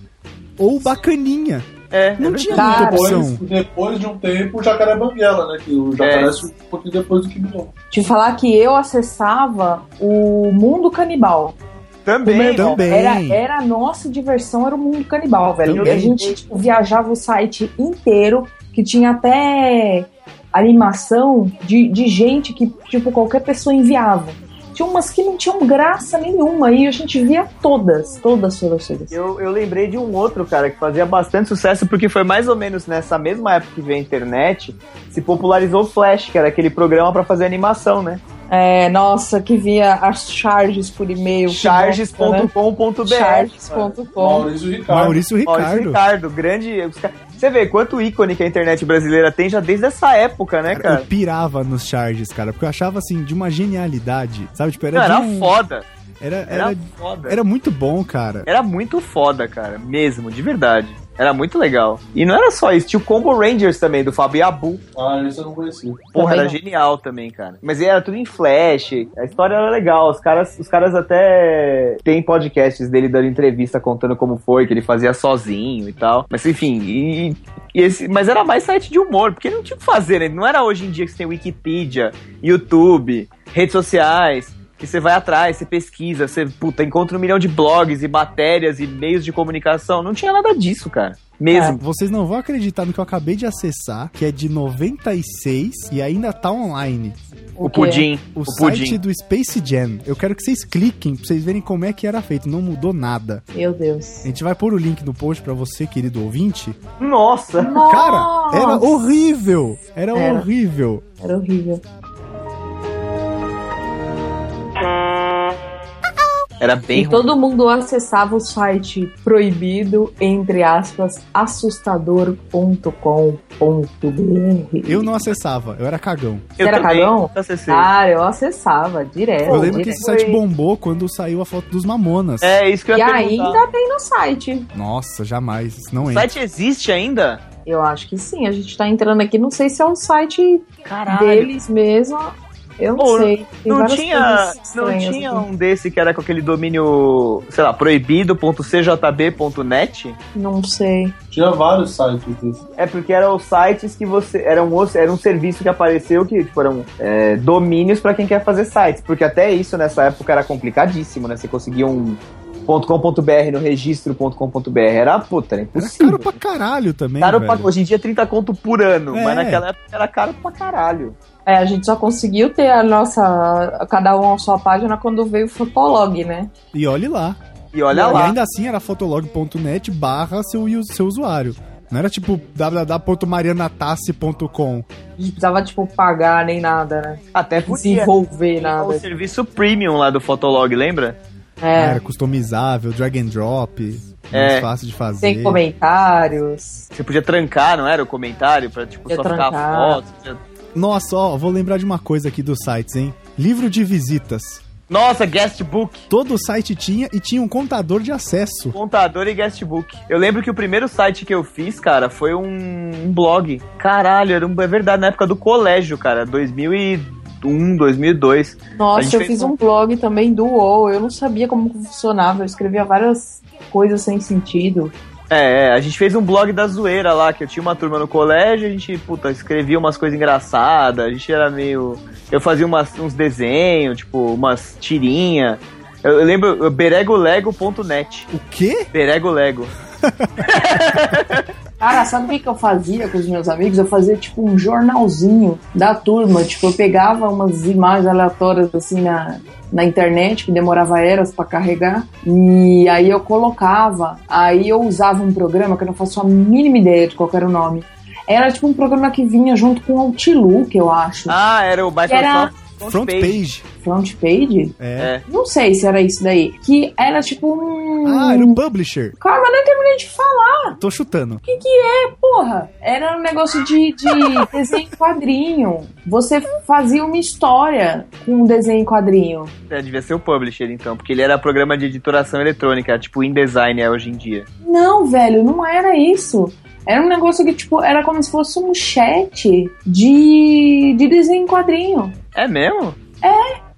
ou o Bacaninha. É, Não é tinha verdade. muita Depois, opção. depois de um tempo, o jacaré banguela, né? Que o jacaré É. surgiu um pouquinho depois do que Bilão. Te falar que eu acessava o mundo canibal. O meu né? Também. irmão, Também. Era, era a nossa diversão, era o mundo canibal, velho. Também. A gente tipo, viajava o site inteiro, que tinha até animação de, de gente que, tipo, qualquer pessoa enviava. Tinha umas que não tinham graça nenhuma, e a gente via todas, todas, todas, todas. Eu, eu lembrei de um outro, cara, que fazia bastante sucesso, porque foi mais ou menos nessa mesma época que veio a internet, se popularizou o Flash, que era aquele programa pra fazer animação, né? É, nossa, que via as charges por e-mail. que bosta, né? Charges.com.br. Charges.com. Maurício Ricardo. Maurício Ó, esse Ricardo. Ricardo, né, grande. os ca- Você vê quanto ícone que a internet brasileira tem já desde essa época, né, Cara, cara? eu pirava nos charges, cara, porque eu achava assim, de uma genialidade, sabe? Tipo, era, Não, era de um- foda. Era, Era, era, foda. Era... era muito bom, cara. muito foda, cara. Mesmo, de verdade. Era muito legal. E não era só isso, tinha o Combo Rangers também, do Fábio Yabu. Ah, isso eu não conhecia. Porra, Também era não. genial também, cara. Mas era tudo em flash. A história era legal. Os caras, os caras até tem podcasts dele dando entrevista contando como foi, que ele fazia sozinho e tal. Mas enfim, e- e esse, mas era mais site de humor, porque não tinha o que fazer, né? Não era hoje em dia que você tem Wikipedia, YouTube, redes sociais. Que você vai atrás, você pesquisa, você puta, encontra um milhão de blogs e matérias e meios de comunicação. Não tinha nada disso, cara. Mesmo. Vocês não vão acreditar no que eu acabei de acessar, que é de 96 e ainda tá online. O É, quê? pudim. O, O site pudim. do Space Jam. Eu quero que vocês cliquem pra vocês verem como é que era feito. Não mudou nada. Meu A Deus. gente vai pôr o link no post pra você, querido ouvinte. Nossa! Cara, era Nossa, horrível! Era, Era. horrível. era horrível. Era bem E todo mundo acessava o site proibido, entre aspas, assustador.com.br. Eu não acessava, eu era cagão. Era também cagão? acessei. Ah, eu acessava direto. Eu lembro que direto. esse site bombou quando saiu a foto dos mamonas. É, isso que eu E ia perguntar. ainda tem no site. Nossa, jamais. Isso não O entra. site existe ainda? Eu acho que sim, a gente tá entrando aqui. Não sei se é um site Dele. deles mesmo. Eu não Pô, sei. Tem Não várias tinha, coisas não estranhas tinha aqui. um desse que era com aquele domínio, sei lá, proibido.cjb.net? assim, um- Não sei. Tinha vários sites desses. É porque eram os sites que você. Era um, os- era um serviço que apareceu que tipo, eram é, domínios pra quem quer fazer sites. Porque até isso nessa época era complicadíssimo, né? Você conseguia um. .com.br no registro.com.br era puta, era Era é caro impossível. pra caralho também. Caro velho. pra- hoje em dia é 30 conto por ano, É. mas naquela época era caro pra caralho. É, a gente só conseguiu ter a nossa. Cada um a sua página quando veio o Fotolog, né? E olhe lá. E olha e lá. ainda assim era fotolog.net barra seu, us- seu usuário. Não era tipo www.marianatassi.com. A gente precisava, tipo, pagar nem nada, né? Até podia. Desenvolver O nada. serviço premium lá do Fotolog, lembra? É. Era customizável, drag and drop, mais É. fácil de fazer. Sem comentários. Você podia trancar, não era? O comentário pra, tipo, Podia só ficar trancar. a foto. Podia- Nossa, ó, vou lembrar de uma coisa aqui dos sites, hein? Livro de visitas. Nossa, guestbook. Todo site tinha e tinha um contador de acesso. Contador e guestbook. Eu lembro que o primeiro site que eu fiz, cara, foi um, um blog. Caralho, era um, é verdade, na época do colégio, cara. 2001, 2002. A gente Nossa, eu fez fiz um- um blog também do UOL. Eu não sabia como funcionava. Eu escrevia várias coisas sem sentido. É, é, a gente fez um blog da zoeira lá, que eu tinha uma turma no colégio, a gente, puta, escrevia umas coisas engraçadas, a gente era meio. Eu fazia umas- uns desenhos, tipo, umas tirinhas. Eu, eu lembro, beregolego.net. O quê? Beregolego. Cara, sabe o que, que eu fazia com os meus amigos? Eu fazia tipo um jornalzinho da turma. Tipo, eu pegava umas imagens aleatórias assim na, na internet, que demorava eras pra carregar, e aí eu colocava. Aí eu usava um programa que eu não faço a mínima ideia de qual era o nome. Era tipo um programa que vinha junto com o Outlook, eu acho. Ah, era o Microsoft Era- Front, Front Page. page. Front page? É. Não sei se era isso daí. Que era tipo um. Ah, era o publisher. Cara, mas é nem terminei de falar, Tô chutando. é, porra. Era um negócio de, de desenho em quadrinho. Você fazia uma história com um desenho em quadrinho. É, devia ser o Publisher, então, porque ele era programa de editoração eletrônica, tipo InDesign é hoje em dia. Não, velho, não era isso. Era um negócio que, tipo, era como se fosse um chat de, de desenho em quadrinho. É mesmo?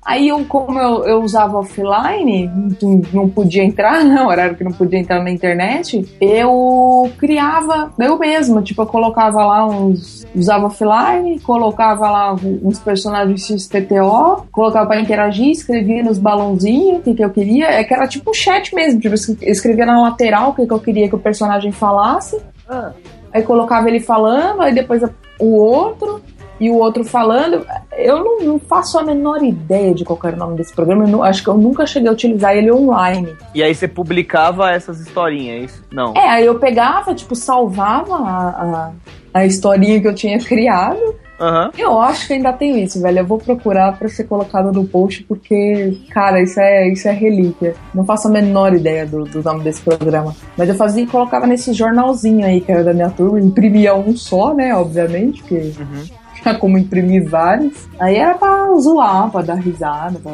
Aí, eu, como eu, eu usava offline, não- não podia entrar, né? Horário que não podia entrar na internet, eu criava eu mesma. Tipo, eu colocava lá uns. Usava offline, colocava lá uns personagens XPTO, colocava pra interagir, escrevia nos balãozinhos o que, que eu queria. É que era tipo um chat mesmo. Tipo, eu escrevia na lateral o que, que eu queria que o personagem falasse. Ah. Aí colocava ele falando, aí depois a- o outro, e o outro falando. Eu não, não faço a menor ideia de qual era o nome desse programa. eu nu- acho que eu nunca cheguei a utilizar ele online. E aí você publicava essas historinhas, é isso? Não. É, aí eu pegava, tipo, salvava a, a, a historinha que eu tinha criado. Aham. Eu acho que ainda tenho isso, velho. Eu vou procurar pra ser colocado no post, porque, cara, isso é, isso é relíquia. Não faço a menor ideia do, do nome desse programa. Mas eu fazia e colocava nesse jornalzinho aí, que era da minha turma. Imprimia um só, né, obviamente, porque Uhum. Tinha como imprimir vários. Aí era pra zoar, pra dar risada, pra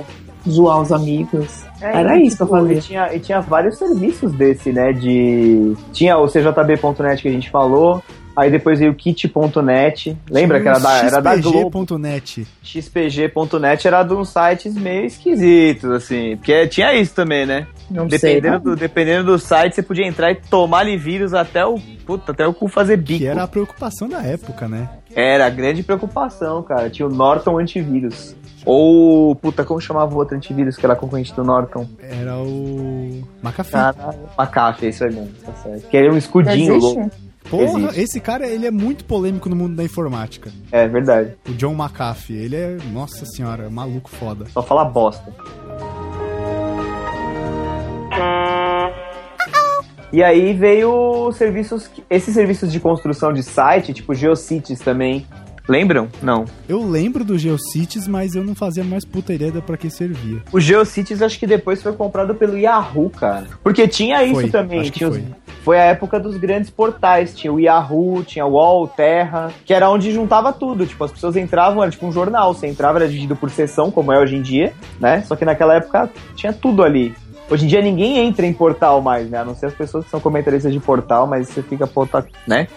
zoar os amigos. Era isso que eu É, E fazia. tinha, e tinha vários serviços desse, né? De. Tinha o CJB.net que a gente falou. Aí depois veio o kit.net. Lembra que era da, um era da Globo? XPG.net. XPG.net era de uns sites meio esquisitos, assim. Porque tinha isso também, né? Não sei. Dependendo do, dependendo do site, você podia entrar e tomar ali vírus até o. Puta, até o cu fazer bico. Que era a preocupação da época, né? Era a grande preocupação, cara. Tinha o Norton antivírus. Ou, puta, como chamava o outro antivírus que era concorrente do Norton? Era o. Macafé. Caralho. Macafe, é isso aí mesmo, tá certo. Que era um escudinho louco. Existe? Porra, Existe. esse cara, ele é muito polêmico no mundo da informática. É verdade. O John McAfee, ele é, nossa senhora, é um maluco foda. Só fala bosta. E aí veio os serviços. que- Esses serviços de construção de site, tipo Geocities também. Lembram? Não. Eu lembro do GeoCities, mas eu não fazia mais puta ideia pra que servia. O Geocities acho que depois foi comprado pelo Yahoo, cara. Porque tinha isso Foi, também. acho que tinha os- foi. foi a época dos grandes portais. Tinha o Yahoo, tinha o UOL, Terra, que era onde juntava tudo. Tipo, as pessoas entravam, era tipo um jornal. Você entrava, era dividido por sessão, como é hoje em dia, né? Só que naquela época tinha tudo ali. Hoje em dia ninguém entra em portal mais, né? A não ser as pessoas que são comentaristas de portal, mas você fica, pô, tá- né?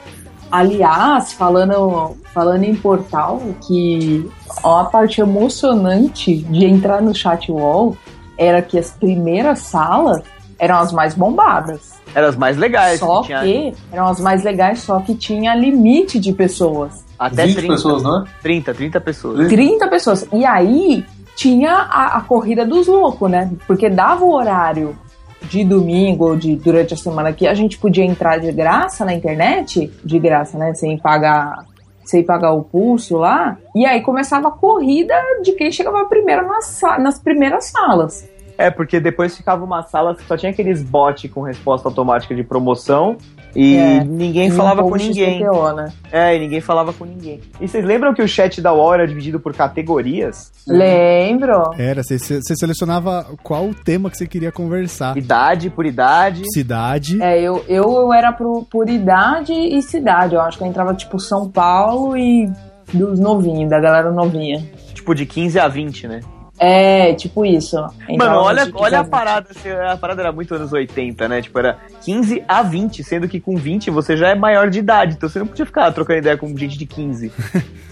Aliás, falando, falando em portal, que ó, a parte emocionante de entrar no chat wall era que as primeiras salas eram as mais bombadas. Eram as mais legais. só tinha que eram as mais legais, só que tinha limite de pessoas. até 20 30, pessoas, né? 30, 30 pessoas. 30 pessoas. E aí tinha a, a corrida dos loucos, né? Porque dava o horário de domingo ou de durante a semana que a gente podia entrar de graça na internet, de graça, né? Sem pagar, sem pagar o pulso lá. E aí começava a corrida de quem chegava primeiro nas, sa- nas primeiras salas. É, porque depois ficava uma sala que só tinha aqueles bot com resposta automática de promoção e É. ninguém Quem falava com ninguém. né? É, e ninguém falava com ninguém. E vocês lembram que o chat da UOL era dividido por categorias? Lembro. Era, você, você selecionava qual o tema que você queria conversar. Ah. Idade por idade. Cidade. É, eu, eu era pro- por idade e cidade. Eu acho que eu entrava tipo São Paulo e dos novinhos, da galera novinha. Tipo, de 15 a 20, né? É, tipo isso. Então, Mano, olha, gente, que olha a já- parada. assim, A parada era muito anos 80, né? Tipo, era 15 a 20, sendo que com 20 você já é maior de idade. Então você não podia ficar trocando ideia com gente de 15.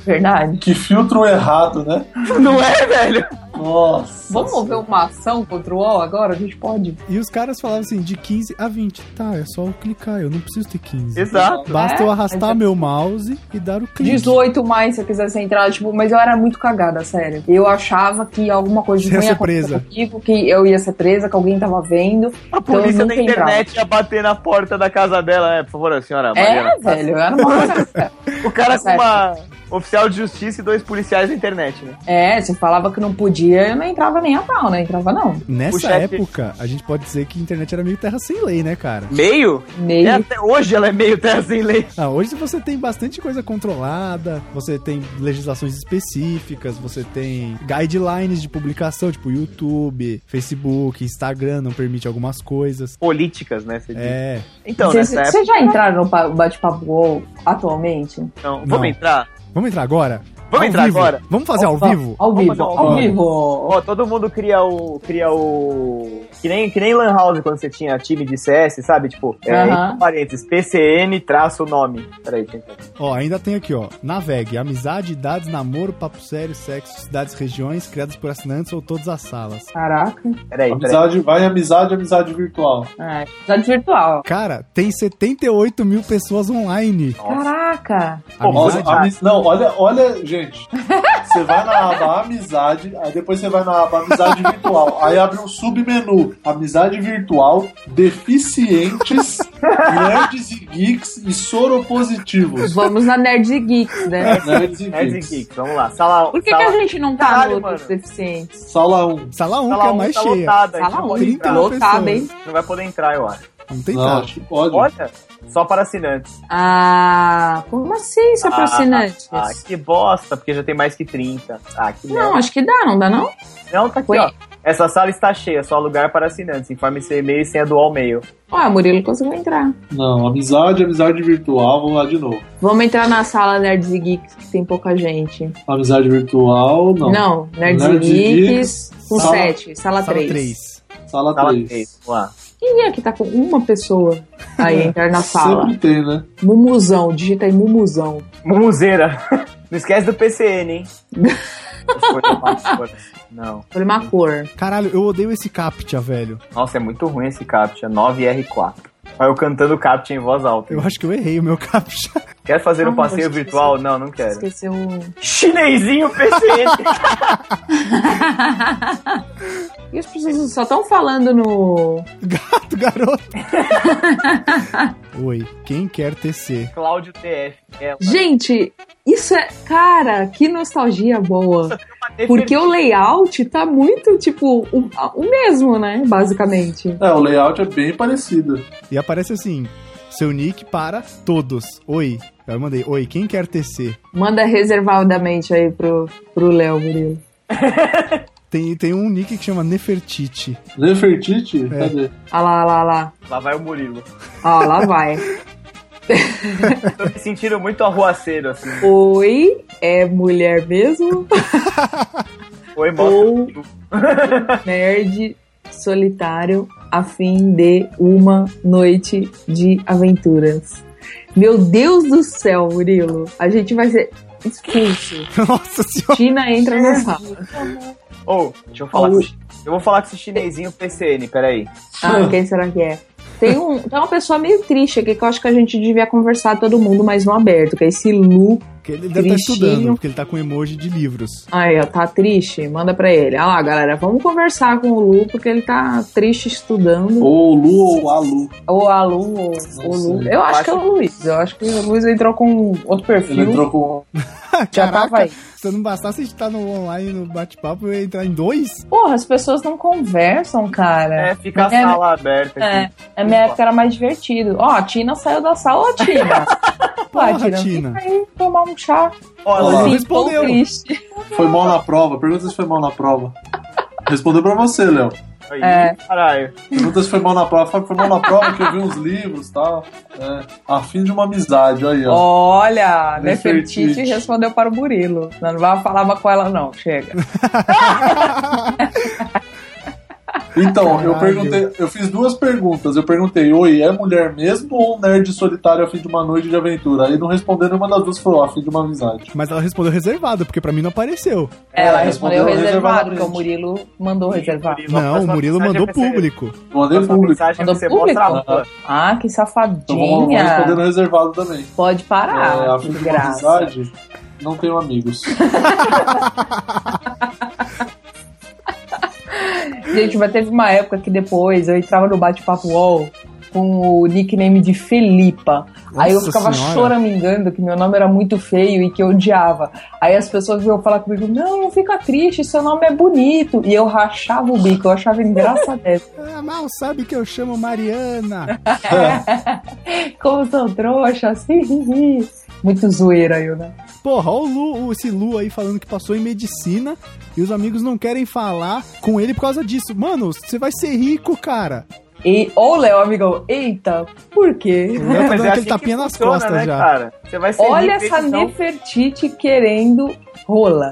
Verdade. Que filtro errado, né? não é, velho? Nossa. Vamos ver uma ação contra o UOL agora? A gente pode. E os caras falavam assim, de 15 a 20. Tá, é só eu clicar, eu não preciso ter 15. Exato. Basta É, eu arrastar exato. meu mouse e dar o clique. 18 mais se eu quisesse entrar, tipo, mas eu era muito cagada, sério. Eu achava que alguma coisa de Você ia ruim ser acontecia presa. comigo, que eu ia ser presa, que alguém tava vendo. A polícia eu da nunca internet ia bater na porta da casa dela. É, por favor, a senhora, Mariana. É, velho, eu era uma O cara com Certo. uma oficial de justiça e dois policiais na internet, né? É, você falava que não podia, eu não entrava nem a pau, não entrava não. Nessa O chefe- época, a gente pode dizer que a internet era meio terra sem lei, né, cara? Meio? Meio. É, até hoje ela é meio terra sem lei. Ah, hoje você tem bastante coisa controlada, você tem legislações específicas, você tem guidelines de publicação, tipo YouTube, Facebook, Instagram, não permite algumas coisas. Políticas, né? Você diz. É, Então, Vocês nessa época. vocês já entraram no pa- bate-papo UOL atualmente? Não. então, Vamos Não. entrar? vamos entrar agora? Vamos Ao entrar vivo. agora? Vamos fazer ao Tá, vivo? Ao vivo, Vamos, ao vamos. vivo. Ó, todo mundo cria o. cria o. Que nem, que nem Lan House quando você tinha time de CS, sabe? Tipo, é, Aham. entre parênteses, PCN traço nome. Peraí, deixa eu entrar. Ó, ainda tem aqui, ó. Naveg, amizade, idades, namoro, papo sério, sexo, cidades, regiões, criadas por assinantes ou todas as salas. Caraca. Peraí, peraí. Amizade vai, amizade, amizade virtual. É, amizade virtual. Cara, tem 78 mil pessoas online. Nossa. Caraca. Pô, Nossa, Amizade? ami- Não, olha, olha, gente. Você vai na aba amizade, aí depois você vai na aba amizade virtual. Aí abre um submenu: amizade virtual, deficientes, nerds e geeks e soropositivos. Vamos na Nerd e Geeks, né? Nerds e Nerds geeks. e Geeks, vamos lá. Sala, Por que, que sala, a gente não tá Caralho, no mano. Outros Deficientes? Sala 1. Sala 1 sala que é a um mais tá cheia. lotada, a gente Sala não 1, pode entrar. lotada, hein? Não vai poder entrar, eu acho. Não tem Não, nada. acho que pode. Olha, só para assinantes. Ah, como assim, seu Ah, assinantes? Ah, que bosta, porque já tem mais que 30. Ah, que não, merda. acho que dá, não dá não? Não, tá aqui, Ué. ó. Essa sala está cheia, só lugar para assinantes. Informe seu e-mail e senha do ao meio. Ué, o Murilo conseguiu entrar. Não, amizade, amizade virtual, vamos lá de novo. Vamos entrar na sala Nerds e Geeks, que tem pouca gente. Amizade virtual, não. Não, Nerds Nerds e e Geeks, com sala- 7, sala Sala 3. 3. Sala Sala 3. 3, vamos lá. Quem é que tá com uma pessoa aí, entrar na sala? Sempre tem, né? Mumuzão, digita aí Mumuzão. Mumuzeira. Não esquece do PCN, hein? Não. Foi uma cor. Caralho, eu odeio esse captcha, velho. Nossa, é muito ruim esse captcha. 9R4. Aí eu cantando captcha em voz alta. Eu acho que eu errei o meu captcha. Quer fazer Ah, um passeio eu esqueci. virtual? Não, não quero. Esqueceu o... Chinesinho PCN. E as pessoas só estão falando no... Gato, garoto. Oi, quem quer TC? Cláudio É, TF. Ela. Gente, isso é... Cara, que nostalgia boa. Porque o layout tá muito, tipo, o, o mesmo, né? Basicamente. É, o layout é bem parecido. E aparece assim, seu nick para todos. Oi. Aí Eu mandei, oi, quem quer TC? Manda reservadamente aí pro, pro Léo, Murilo. Tem, tem um nick que chama Nefertiti. Nefertiti? É. Cadê? Ah lá, ah lá, ah lá. Lá vai o Murilo. Ó, lá vai. Tô me sentindo muito arruaceiro, assim. Oi, é mulher mesmo? Oi, mostra. Ou nerd solitário a fim de uma noite de aventuras? Meu Deus do céu, Murilo. A gente vai ser expulso. Nossa senhora. Tina entra na sala. Ou, deixa eu falar Ou- com esse- Eu vou falar com esse chinesinho PCN, peraí. Ah, quem será que é? Tem, um, tem uma pessoa meio triste aqui que eu acho que a gente devia conversar todo mundo mais no aberto, que é esse Lu. Porque Ele deve estar Tristinho. estudando, porque ele tá com emoji de livros. Aí, ó, tá triste? Manda pra ele. Ah lá, galera, vamos conversar com o Lu, porque ele tá triste estudando. Ou Lu ou a Lu. Ou a Lu, ou ou o Lu. sei. Eu acho que é o Luiz. Eu acho que o Luiz entrou com outro Ele perfil. entrou com. tá, Já Ah, Caraca, tava aí. se não bastasse a gente estar no online, no bate-papo, eu ia entrar em dois? Porra, as pessoas não conversam, cara. É, fica a É, sala aberta É, aqui. na minha época era mais divertido. Ó, a Tina saiu da sala, ó, Tina. Porra, Tina, Tina. fica aí tomar um chá. Olha, Olá. Sim, respondeu. tão triste. Foi mal na prova. Pergunta se foi mal na prova. Respondeu pra você, Léo. aí, É. caralho. Pergunta se foi mal na prova. Fala que Foi mal na prova que eu vi uns livros e tal. É, a fim de uma amizade, aí, Oh, ó. Olha, Nefertiti. Nefertiti respondeu para o Murilo. Não vai falar com ela, não. Chega. Então, eu Caralho. perguntei, eu fiz duas perguntas. Eu perguntei, oi, é mulher mesmo ou um nerd solitário a fim de uma noite de aventura? Aí não respondeu nenhuma das duas, falou, "Ah, a fim de uma amizade. Mas ela respondeu reservado, porque pra mim não apareceu. Ela É, respondeu respondeu reservado, reservadamente. porque o Murilo mandou reservado. não, o Murilo mandou público. Mandei público. Mensagem Mandou você público? mostra a rua. Ah, que Então vamos, vamos responder safadinha. no reservado também. Pode é, parar, a fim de uma desgraça. amizade, não tenho amigos. Gente, mas teve uma época que depois eu entrava no bate-papo UOL com o nickname de Felipa. Aí eu Nossa ficava senhora. choramingando que meu nome era muito feio e que eu odiava. Aí as pessoas vinham falar comigo, não, não fica triste, seu nome é bonito. E eu rachava o bico, eu achava engraçadésimo. Ah, mal sabe que eu chamo Mariana. É, Como são trouxas, hi, hi, hi. Muito zoeira eu, né? Porra, olha o Lu, o- esse Lu aí falando que passou em medicina e os amigos não querem falar com ele por causa disso. Mano, você vai ser rico, cara. E, ou Léo, amigão, eita, por quê? Não é dando Mas é aquele assim que tapinha nas funciona, costas né, já. cara? Você vai ser Olha rico, essa então. Nefertiti querendo rola.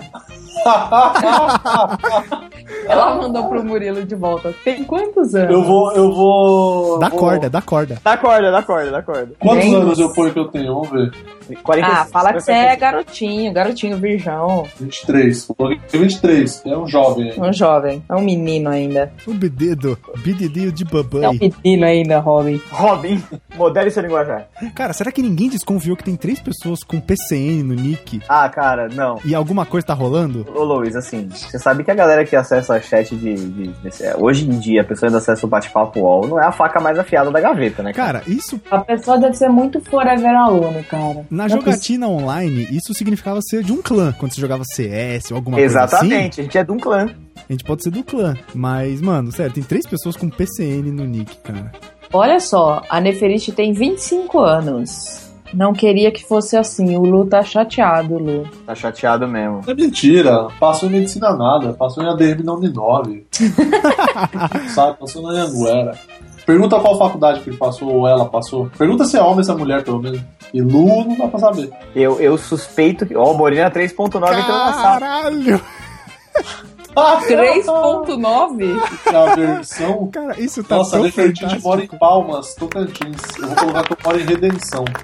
Ela mandou pro Murilo de volta. Tem quantos anos? Eu vou, eu vou. Dá vou- corda, dá corda. Dá corda, dá corda, dá corda. Quantos Gente. anos eu ponho que eu tenho? Vamos ver. Ah, 46, fala que você é 46. garotinho, garotinho virgão. 23. Coloquei 23. É um jovem aí. É um jovem, é um menino ainda. O bededo, bididinho de É um babai. menino ainda, Robin. Robin, modele seu linguajar. Cara, será que ninguém desconfiou que tem três pessoas com PCN no nick? Ah, cara, não. E alguma coisa tá rolando? Ô Luiz, assim, você sabe que a galera que acessa chat de. de- desse- é, hoje em dia, a pessoa ainda acessa o bate-papo UOL, não é a faca mais afiada da gaveta, né? Cara, isso A pessoa deve ser muito forever aluno, cara. na Não é jogatina online, isso significava ser de um clã. Quando você jogava CS ou alguma coisa assim, Exatamente, a gente é de um clã. a gente pode ser do clã. Mas, mano, sério, tem três pessoas com PCN no nick, cara. Olha só, a Neferite tem 25 anos. Não queria que fosse assim. O Lu tá chateado, Lu. Tá chateado mesmo. É mentira. Passou em medicina nada. Passou em ADM na Uninove. Sabe? Passou na Anguera. Pergunta qual faculdade que ele passou ou ela passou. Pergunta se é homem ou se é mulher, pelo menos. E Lu não dá pra saber. Eu, eu suspeito que. Ó, o é Morina 3.9 entrou na sala. Caralho! Ah, 3.9? É a versão. Cara, isso tá Nossa, a tão Nefertiti fantástico. mora em Palmas, Tocantins. Eu vou colocar que eu moro em Redenção.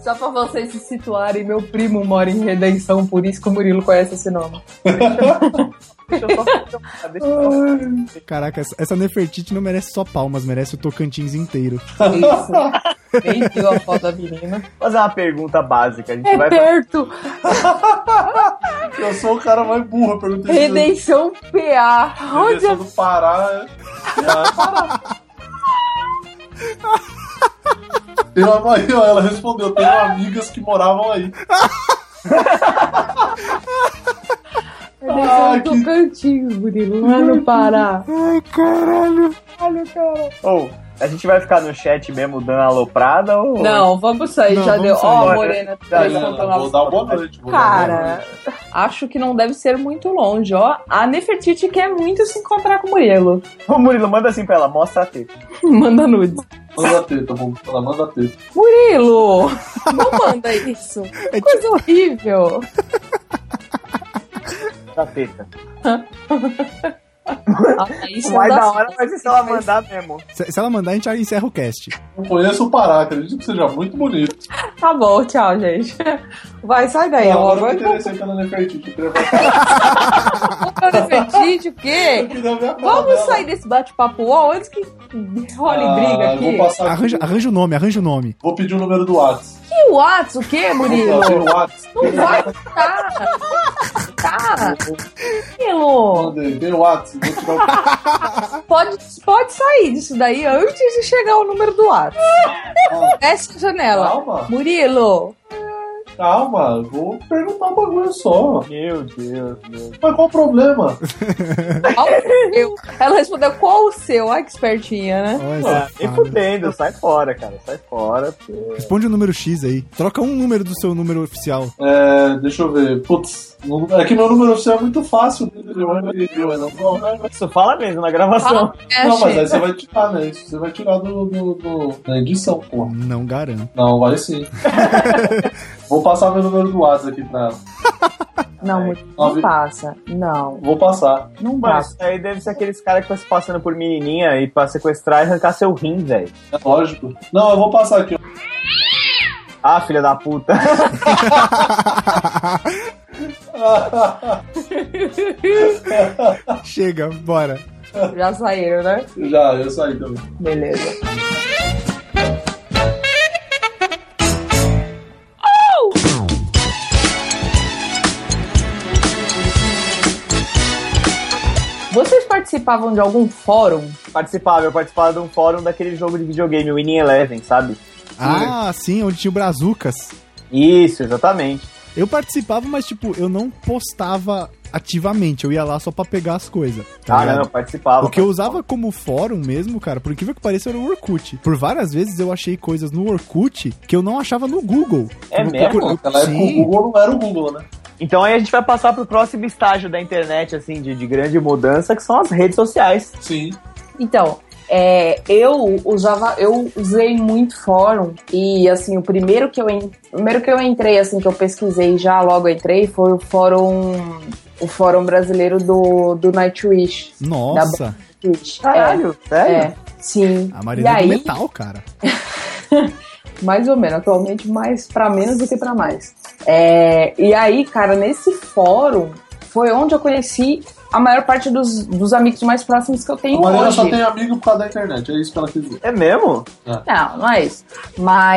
Só pra vocês se situarem, meu primo mora em Redenção, por isso que o Murilo conhece esse nome. Deixa eu só- deixa eu só- Caraca, essa- essa Nefertiti não merece só palmas, merece o Tocantins inteiro. Isso. Nem viu a foto da menina. fazer uma pergunta básica. A gente É vai Uhum. pra... perto. Eu sou o cara mais burro, eu perguntei se- Redenção PA. Onde Redenção do Pará. é- é- Eu, aí, ó, ela respondeu, tenho amigas que moravam aí. Redenção Ah, do que- Tocantins, Murilo, lá no Pará. Ai, caralho! Ou, a gente vai ficar no chat mesmo dando aloprada ou. Não, vamos sair, Não, já vamos deu. sair. Ó, Olha, Morena, tá, Aí ela, vou 3.9. dar uma boa noite. vou dar uma boa Cara, noite. acho que não deve ser muito longe, ó. A Nefertiti quer muito se encontrar com o Murilo. Ô, Murilo, manda assim pra ela, mostra a teta. Manda nudes. Manda teta, vamos falar, manda teta. Murilo! Não manda isso. É Coisa horrível. Mostra a teta. Ah, isso mais da hora vai ser se ela mandar mesmo. Se, se ela mandar, a gente encerra o cast. Não conheço o Pará, acredito que seja muito bonito. Tá bom, tchau, gente. Vai, sai daí. Agora ó. eu Vai me interessei pela Nefertiti. queria ver- pra Nefertiti, o quê? Eu queria ver a cara É, Vamos dela. sair desse bate-papo ó, antes que role Ah, briga eu Vou, aqui. passar aqui, Arranja, arranja o nome, arranja o nome. vou pedir o número do Whats. E o Whats, o quê, Vou fazer o Murilo? Whats. Não vai tá. Tá. Murilo. Mandei, tem o Whats. Vou um- tirar o Pode, pode sair disso daí antes de chegar o número do WhatsApp. Ah. Fecha a janela. Calma, Murilo, calma, eu vou perguntar um bagulho só. Meu Deus, meu Deus. Mas qual o problema? qual o seu? Ela respondeu qual o seu? Ai, que espertinha, né? Olha, Ah, nem safado. fudendo, sai fora, cara. Sai fora. porque- Responde o número X aí. Troca um número do seu número oficial. É, deixa eu ver. Putz, não- é que meu número oficial é muito fácil. né? Eu não eu não- não, Isso fala mesmo na gravação. É Não, mas aí você vai tirar, né? Isso você vai tirar do, do- do- da edição, porra. Não garanto. Não, vai sim. Vou passar meu número do WhatsApp aqui pra ela. é Não, Murilo, não passa. Não, Vou passar. não Mano, passa. isso aí deve ser aqueles caras que tá se passando por menininha e pra sequestrar e arrancar seu rim, velho. É lógico. Não, eu vou passar aqui. ó. Ah, filha da puta. Chega, bora. Já saíram, né? Já, eu saí também. Beleza. Oh! Vocês participavam de algum fórum? Participava, eu participava de um fórum daquele jogo de videogame, o Winning Eleven, sabe? Ah, sim, onde tinha o Brazucas. Isso, exatamente. Eu participava, mas tipo, eu não postava ativamente. Eu ia lá só pra pegar as coisas. tá ah, ligado? não, eu participava. O que eu usava como fórum mesmo, cara, por incrível que pareça, era o Orkut. Por várias vezes eu achei coisas no Orkut que eu não achava no Google. É Eu mesmo? procuro- eu- Naquela época o Sim. Google não era o Google, né? Então aí a gente vai passar pro próximo estágio da internet, assim, de, de grande mudança, que são as redes sociais. Sim. Então, É, eu usava, eu usei muito fórum e assim o primeiro que eu en- o primeiro que eu entrei assim que eu pesquisei já logo entrei foi o fórum o fórum brasileiro do, do Nightwish. Tá Nossa, Twitch. Caralho, É, sério? é, sim. a e Marina é aí, do metal, cara. mais ou menos, atualmente mais pra menos do que pra mais. É, e aí, cara, nesse fórum foi onde eu conheci a maior parte dos, dos amigos mais próximos que eu A tenho Mariana hoje. só tem amigo por causa da internet, é isso que ela quis dizer. É mesmo? Não, não é isso.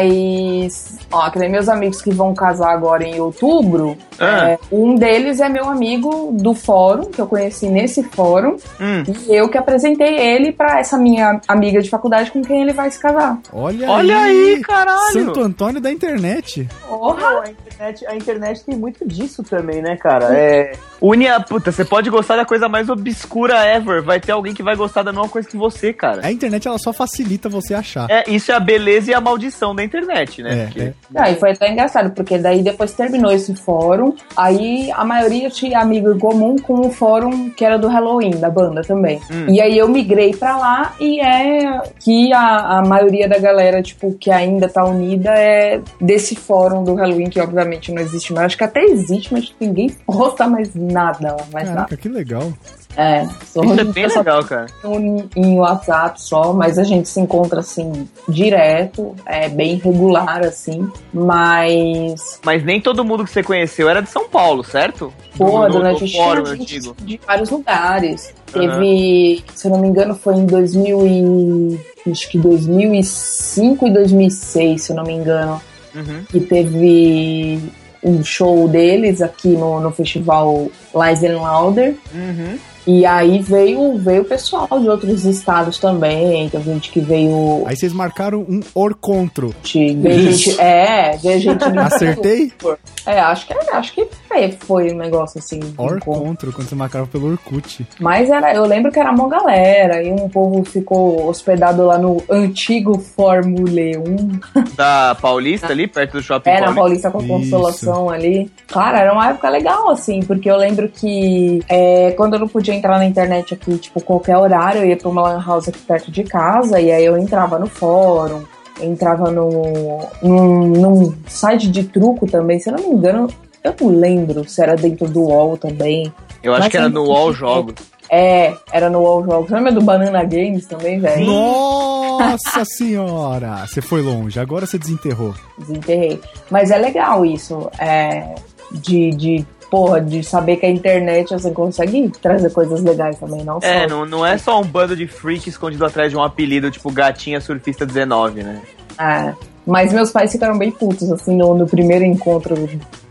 Mas, ó, que nem meus amigos que vão casar agora em outubro, Ah. é, um deles é meu amigo do fórum, que eu conheci nesse fórum, Hum. e eu que apresentei ele pra essa minha amiga de faculdade com quem ele vai se casar. Olha, Olha aí, caralho! Santo Antônio da internet. Porra! Não, Ah, a internet, a internet tem muito disso também, né, cara? É. Une a puta, você pode gostar da coisa mais obscura ever. Vai ter alguém que vai gostar da mesma coisa que você, cara. A internet ela só facilita você achar. É, isso é a beleza e a maldição da internet, né? É, Porque- é. Não, e foi até engraçado, porque daí depois terminou esse fórum, aí a maioria tinha amigo em comum com o fórum que era do Halloween, da banda também. Hum. E aí eu migrei pra lá e é que a, a maioria da galera, tipo, que ainda tá unida é desse fórum do Halloween, que obviamente não existe mais. Acho que até existe, mas tipo, ninguém posta mais nada lá, tá. mais nada. Caraca, que legal. É, só Isso é bem só legal, cara. em, em WhatsApp só, mas a gente se encontra assim direto, é bem regular assim, mas Mas nem todo mundo que você conheceu era de São Paulo, certo? porra, Do- do- durante do o fórum, eu de, digo. de vários lugares. Aham. Teve, se eu não me engano, foi em 2000 e, acho que 2005 e 2006, se eu não me engano, Uhum. que teve um show deles aqui no, no festival Lies and Louder. Uhum. E aí veio veio o pessoal de outros estados também, tem gente que veio Aí vocês marcaram um orcontro. Gente, vê Isso. gente- é, vê gente no Acertei? É, acho que, acho que é, foi um negócio assim. de encontro. Orcontro, quando você marcava pelo Orkut. Mas era, eu lembro que era mó galera, e um povo ficou hospedado lá no antigo Formule 1. Da Paulista ali, perto do shopping Era a Paulista. Paulista com a Isso. Consolação ali. Cara, era uma época legal, assim, porque eu lembro que é, quando eu não podia entrar na internet aqui, tipo, qualquer horário, eu ia pra uma lan house aqui perto de casa, e aí eu entrava no fórum, entrava no, num, num site de truco também, se eu não me engano, eu não lembro se era dentro do UOL também. Eu acho Mas que era eu no não UOL sei. Jogos. É, era no UOL Jogos. Lembra do Banana Games também, velho? Nossa senhora! Você foi longe, agora você desenterrou. desenterrei. Mas é legal isso, é, de, de, porra, de saber que a internet assim, consegue trazer coisas legais também, não É, só. não, não é só um bando de freak escondido atrás de um apelido tipo Gatinha Surfista 19, né? É. Mas meus pais ficaram bem putos, assim, no, no primeiro encontro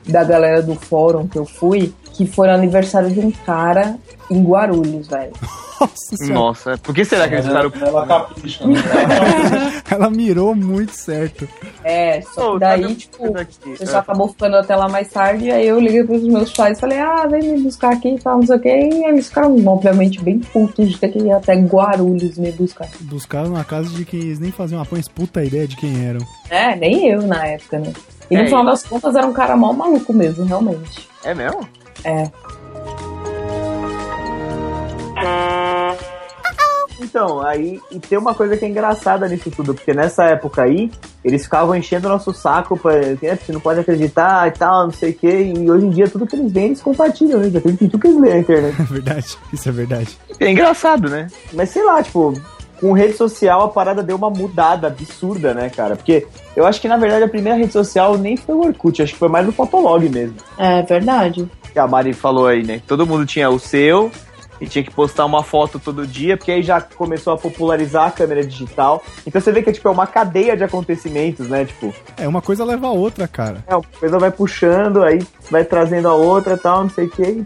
da galera do fórum que eu fui, que foi no aniversário de um cara em Guarulhos, velho. Nossa senhora! Nossa, por que será É que É. eles ficaram. Ela, ela capricha, né? Ela- Ela mirou muito certo. É, Pô, só sabe que daí, uma tipo, coisa aqui? O pessoal acabou ficando até lá mais tarde, aí eu liguei pros meus pais e falei, ah, vem me buscar aqui e tal, não sei o que. E eles ficaram, obviamente, bem putos de ter que ir até Guarulhos me buscar. Buscaram na casa de quem eles nem faziam uma pães puta ideia de quem eram. É, nem eu na época, né? E É, no final e- das contas era um cara mal maluco mesmo, realmente. É, é mesmo? É. Então, aí e tem uma coisa que é engraçada nisso tudo, porque nessa época aí, eles ficavam enchendo o nosso saco pra. né, Você não pode acreditar e tal, não sei o quê. E hoje em dia tudo que eles veem, eles compartilham, né? Já tem tudo que eles leem na internet. É verdade, isso é verdade. É engraçado, né? Mas sei lá, tipo, com rede social a parada deu uma mudada absurda, né, cara? Porque eu acho que na verdade a primeira rede social nem foi o Orkut, acho que foi mais o Fotolog mesmo. É verdade. Que a Mari falou aí, né? Todo mundo tinha o seu e tinha que postar uma foto todo dia, porque aí já começou a popularizar a câmera digital. Então você vê que tipo, é uma cadeia de acontecimentos, né? Tipo, É, uma coisa leva a outra, cara. é, uma coisa vai puxando, aí vai trazendo a outra e tal, não sei o quê.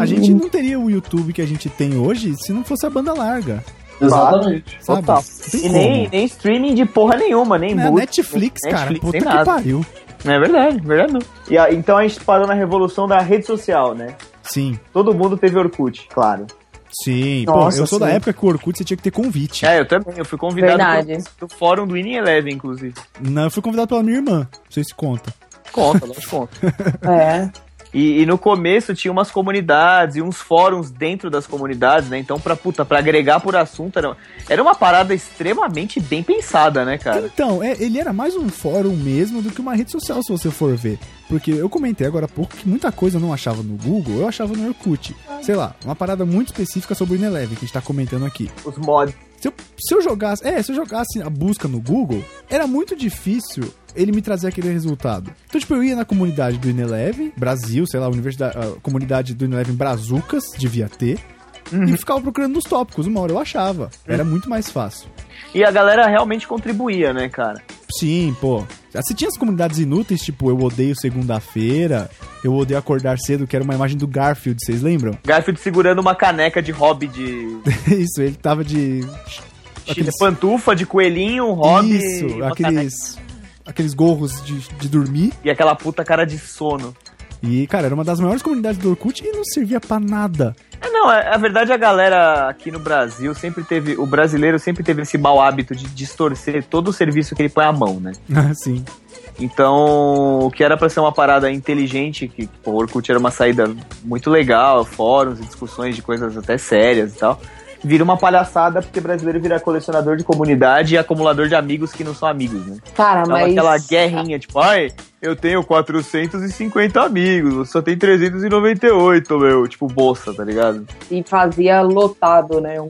A gente não teria o YouTube que a gente tem hoje se não fosse a banda larga, Exatamente. sabe? Total. Não tem E nem, como. nem streaming de porra nenhuma, nem Né, música. Netflix, nem cara, Netflix, puta nem que nada. pariu. É verdade, verdade não. E a- então a gente parou na revolução da rede social, né? Sim, Todo mundo teve Orkut, claro. sim. Nossa, Pô, eu sou da sim. época que o Orkut você tinha que ter convite. É, eu também, eu fui convidado Verdade. pro, do fórum do Winning Eleven, inclusive. Não, eu fui convidado pela minha irmã, não sei se conta. Conta, lógico, conta. É. E, e no começo tinha umas comunidades e uns fóruns dentro das comunidades, né? Então, pra, puta, pra agregar por assunto, era, era uma parada extremamente bem pensada, né, cara? Então, é, ele era mais um fórum mesmo do que uma rede social, se você for ver. Porque eu comentei agora há pouco que muita coisa eu não achava no Google, eu achava no Orkut. Sei lá, uma parada muito específica sobre o Ineleve que a gente tá comentando aqui. Os mods. Se eu, se eu jogasse. É, se eu jogasse a busca no Google, era muito difícil ele me trazer aquele resultado. Então, tipo, eu ia na comunidade do Ineleve, Brasil, sei lá, a, universidade, a comunidade do Ineleve em Brazucas, devia ter. E ficava procurando nos tópicos, uma hora eu achava. Era muito mais fácil. E a galera realmente contribuía, né, cara? Sim, pô. Você tinha as comunidades inúteis, tipo, eu odeio segunda-feira, eu odeio acordar cedo, que era uma imagem do Garfield, vocês lembram? Garfield segurando uma caneca de hobby de. Isso, ele tava de. Aqueles- de pantufa, de coelhinho, um hobby. e Isso, uma caneca. aqueles. Aqueles gorros de, de dormir. E aquela puta cara de sono. E, cara, era uma das maiores comunidades do Orkut e não servia pra nada. É, não, é- a verdade é a galera aqui no Brasil sempre teve. O brasileiro sempre teve esse mau hábito de distorcer todo o serviço que ele põe à mão, né? Assim. Então, o que era pra ser uma parada inteligente, que pô, o Orkut era uma saída muito legal, fóruns e discussões de coisas até sérias e tal, vira uma palhaçada porque brasileiro vira colecionador de comunidade e acumulador de amigos que não são amigos, né? Cara, Tava mas. aquela guerrinha, tipo, ai, eu tenho 450 amigos, você só tem 398, meu, tipo bolsa, tá ligado? E fazia lotado, né? Um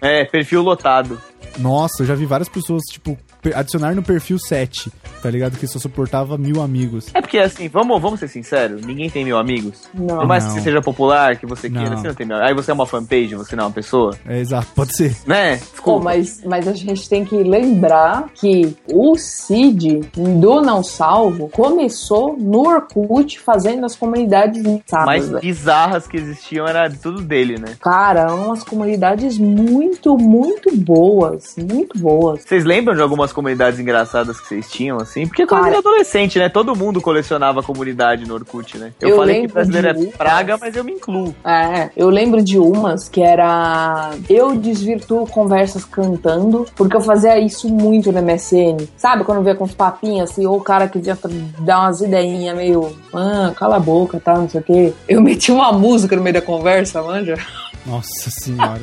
É, perfil lotado. Nossa, eu já vi várias pessoas, tipo, pe- adicionar no perfil 7, tá ligado? Que só suportava mil amigos. É porque assim, vamos, vamos ser sinceros, ninguém tem mil amigos. Por Não. mais que Não. você seja popular, que você queira, Não. você não tem mil. Aí você é uma fanpage, você não é uma pessoa. É, exato, pode ser. Né? Pô, Desculpa. mas, mas a gente tem que lembrar que o Cid do Não Salvo começou no Orkut fazendo as comunidades mixadas. mais velho. bizarras que existiam era tudo dele, né? Cara, umas comunidades muito, muito boas. Muito boas. Vocês lembram de algumas comunidades engraçadas que vocês tinham, assim? Porque quando Cara. eu era adolescente, né? Todo mundo colecionava comunidade no Orkut, né? Eu, Eu falei que lembro brasileiro de é muitas. praga, mas eu me incluo. É, eu lembro de umas que era. Eu desvirtuo conversas cantando, porque eu fazia isso muito no MSN. Sabe quando vê com os papinhos assim, ou o cara que queria dar umas ideinhas meio. Ah, cala a boca, tal, não sei o quê. Eu meti uma música no meio da conversa, manja. Nossa senhora.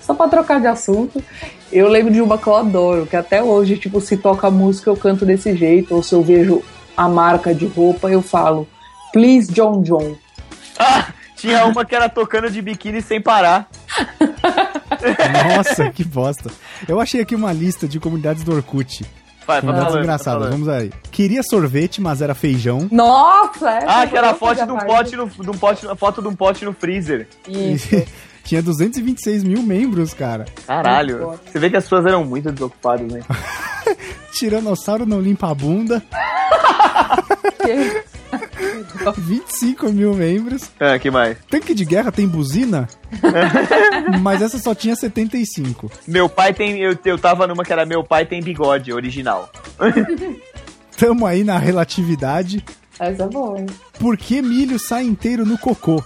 Só pra trocar de assunto, eu lembro de uma que eu adoro, que até hoje, tipo, se toca música eu canto desse jeito, ou se eu vejo a marca de roupa, eu falo, please John John. Ah! Tinha uma que era tocando de biquíni sem parar. Nossa, que bosta. Eu achei aqui uma lista de comunidades do Orkut. Vai, vai Comunidades falando, engraçadas, vai falando. vamos aí. Queria sorvete, mas era feijão. Nossa! essa Ah, que era a eu foto já de um falei. pote no, de um pote, a foto de um pote no freezer. E Isso. tinha 226 mil membros, cara. Caralho. Você vê que as pessoas eram muito desocupadas, né? Tiranossauro não limpa a bunda, 25 mil membros. Ah, que mais? Tanque de guerra tem buzina, mas essa só tinha 75. Meu pai tem. Eu, eu tava numa que era meu pai tem bigode original. Tamo aí na relatividade. Essa é boa. Por que milho sai inteiro no cocô?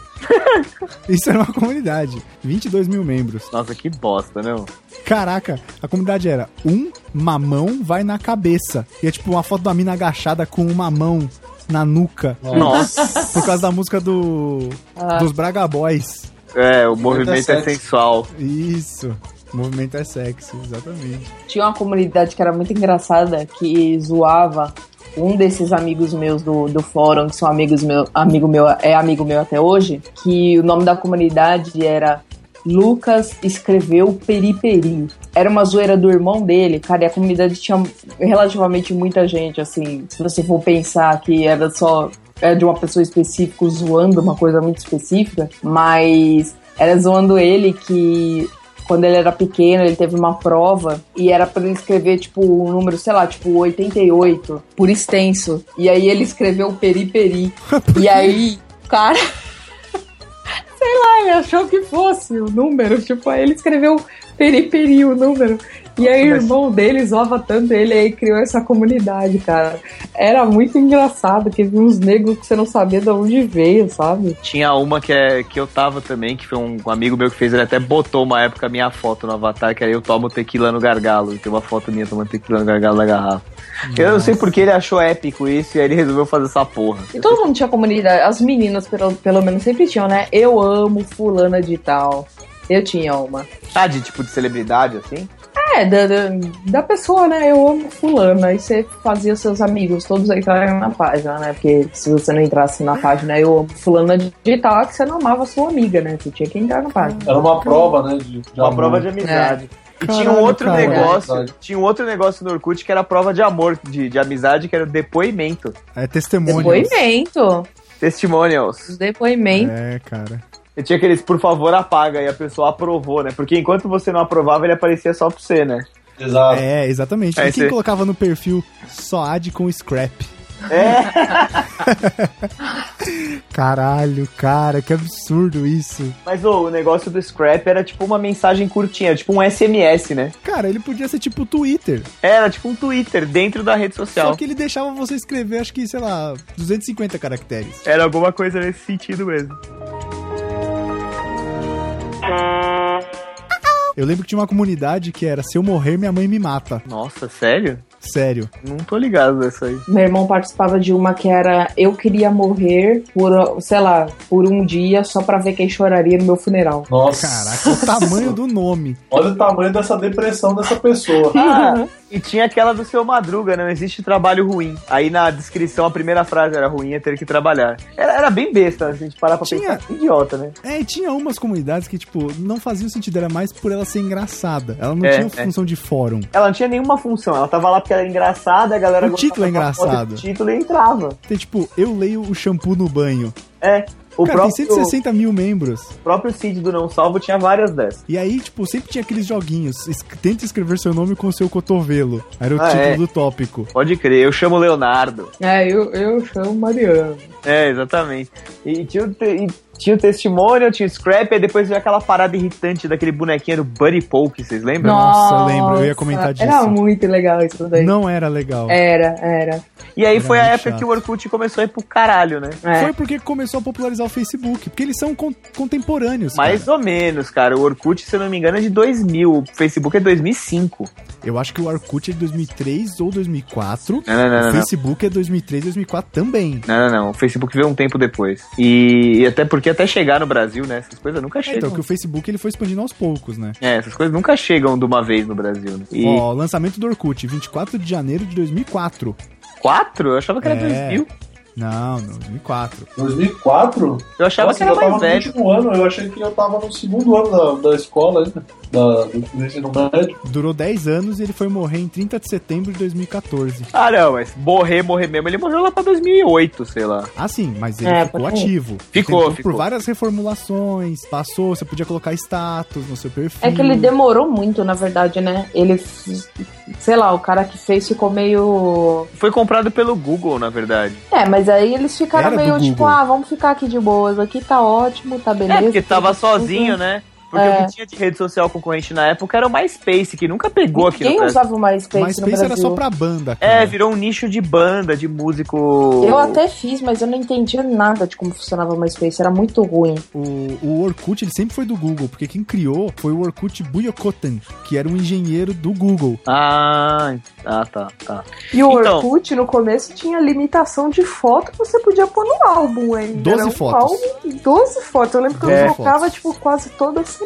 Isso era uma comunidade. 22 mil membros. Nossa, que bosta, meu. Caraca, a comunidade era um mamão vai na cabeça. E é tipo uma foto da mina agachada com um mamão na nuca. Nossa. Por causa da música do. Ah. dos Braga Boys. É, o movimento é sexy. sensual. Isso. O movimento é sexy, exatamente. Tinha uma comunidade que era muito engraçada, que zoava um desses amigos meus do, do fórum, que são amigos meu, amigo meu, é amigo meu até hoje, que o nome da comunidade era Lucas escreveu periperi. Era uma zoeira do irmão dele, cara, e a comunidade tinha relativamente muita gente, assim, se você for pensar que era só é, de uma pessoa específica zoando uma coisa muito específica, mas era zoando ele que quando ele era pequeno, ele teve uma prova e era pra ele escrever, tipo, um número, sei lá, tipo 88, por extenso. E aí ele escreveu peri-peri. e aí, cara. Sei lá, ele achou que fosse o número. Tipo, aí ele escreveu peri-peri o número. E aí o irmão dele zoava tanto ele aí criou essa comunidade, cara. Era muito engraçado que vi uns negros que você não sabia de onde veio, sabe? Tinha uma que, é, que eu tava também, que foi um amigo meu que fez, ele até botou uma época a minha foto no avatar, que era eu tomo tequila no gargalo. Tem uma foto minha tomando tequila no gargalo da garrafa. Eu não sei porque ele achou épico isso e aí ele resolveu fazer essa porra. E todo mundo tinha comunidade. As meninas, pelo, pelo menos, sempre tinham, né? Eu amo fulana de tal. Eu tinha uma. Ah, de tipo de celebridade, assim? É, da, da, da pessoa, né? Eu amo fulana. Aí você fazia seus amigos todos entrarem na página, né? Porque se você não entrasse na página Eu amo fulana de tal, é que você não amava sua amiga, né? Você tinha que entrar na página. Era uma prova, né? De, de Uma amor. prova de amizade. Tá E tinha um Caralho, outro cara. negócio, Verdade. tinha um outro negócio no Orkut que era a prova de amor, de, de amizade, que era o depoimento. É testemunho. Depoimento. Testimonials. Depoimento. É, cara. E tinha aqueles, por favor, apaga, e a pessoa aprovou, né? Porque enquanto você não aprovava, ele aparecia só pra você, né? Exato. É, exatamente. É, e quem esse- colocava no perfil só ad com scrap? É, Caralho, cara, que absurdo isso. mas ô, o negócio do Scrap era tipo uma mensagem curtinha, tipo um SMS, né? Cara, ele podia ser tipo Twitter. Era tipo um Twitter dentro da rede social. Só que ele deixava você escrever, acho que, sei lá, 250 caracteres. Era alguma coisa nesse sentido mesmo. Eu lembro que tinha uma comunidade que era se eu morrer, minha mãe me mata. Nossa, sério? Sério. Não tô ligado dessa aí. Meu irmão participava de uma que era eu queria morrer por, sei lá, por um dia só pra ver quem choraria no meu funeral. Nossa. Caraca, o tamanho do nome. Olha o tamanho dessa depressão dessa pessoa. Ah, e tinha aquela do seu Madruga, né? Não existe trabalho ruim. Aí na descrição a primeira frase era ruim é ter que trabalhar. Era, era bem besta, se a gente parar pra Tinha. pensar. Idiota, né? É, e tinha umas comunidades que, tipo, não faziam sentido, era mais por ela ser engraçada. Ela não É, tinha é. função de fórum. Ela não tinha nenhuma função. Ela tava lá porque ela era engraçada, a galera O título é da foto engraçado. do título e entrava. Tem, tipo, eu leio o shampoo no banho. É. O Cara, próprio, tem 160 mil membros. o próprio Cid do Não Salvo tinha várias dessas. E aí, tipo, sempre tinha aqueles joguinhos. Es- Tenta escrever seu nome com o seu cotovelo. Era o Ah, título é. do tópico. Pode crer, eu chamo Leonardo. É, eu, eu chamo Mariana. É, exatamente. E tinha o, te- e tinha o testemunho, tinha o scrap, e depois veio aquela parada irritante daquele bonequinho do Buddy Poke, vocês lembram? Nossa, eu lembro, eu ia comentar disso. Era muito legal isso daí. Não era legal. Era, era. E aí Era foi a muito época chato. que o Orkut começou a ir pro caralho, né? É. Foi porque começou a popularizar o Facebook. Porque eles são con- contemporâneos. Mais cara. ou menos, cara. O Orkut, se eu não me engano, é de 2000. O Facebook é 2005. Eu acho que o Orkut é de 2003 ou 2004. Não, não, não, o né? não. não. Facebook é 2003, 2004 também. Não, não, não. O Facebook veio um tempo depois. E, e até porque até chegar no Brasil, né? Essas coisas nunca É, então, chegam. que o Facebook ele foi expandindo aos poucos, né? É, essas coisas nunca chegam de uma vez no Brasil. Né? E Ó, o lançamento do Orkut, 24 de janeiro de 2004. quatro? Eu achava que era É. 2000. Não, não, 2004. 2004? Eu achava Nossa, que era eu tava mais no velho. último ano. Eu achei que eu tava no segundo ano da, da escola ainda. Da, do do ensino médio. Durou 10 anos e ele foi morrer em 30 de setembro de 2014. Ah, não, mas morrer, morrer mesmo. Ele morreu lá pra 2008, sei lá. Ah, sim, mas ele É, ficou pode ser. ativo. Ficou, Tentou ficou. Por várias reformulações, passou, você podia colocar status no seu perfil. É que ele demorou muito, na verdade, né? Ele, f- sei lá, o cara que fez ficou meio. Foi comprado pelo Google, na verdade. É, mas aí eles ficaram Era do meio tipo, Google. ah, vamos ficar aqui de boas, aqui tá ótimo, tá beleza. É, porque tava sozinho, né? Porque É. o que tinha de rede social concorrente na época era o MySpace, que nunca pegou aqui no Quem Brasil. Então, usava o MySpace, Mas no Space Brasil? era só pra banda, cara. É, virou um nicho de banda, de músico. Eu até fiz, mas eu não entendia nada de como funcionava o MySpace, era muito ruim. O, o Orkut, ele sempre foi do Google, porque quem criou foi o Orkut Buyokotan, que era um engenheiro do Google. Ah, ah, tá, tá. E o Então- Orkut, no começo, tinha limitação de foto que você podia pôr no álbum ainda. 12 Era um fotos. Álbum, 12 fotos. Eu lembro que É. eu jogava, tipo, quase toda semana.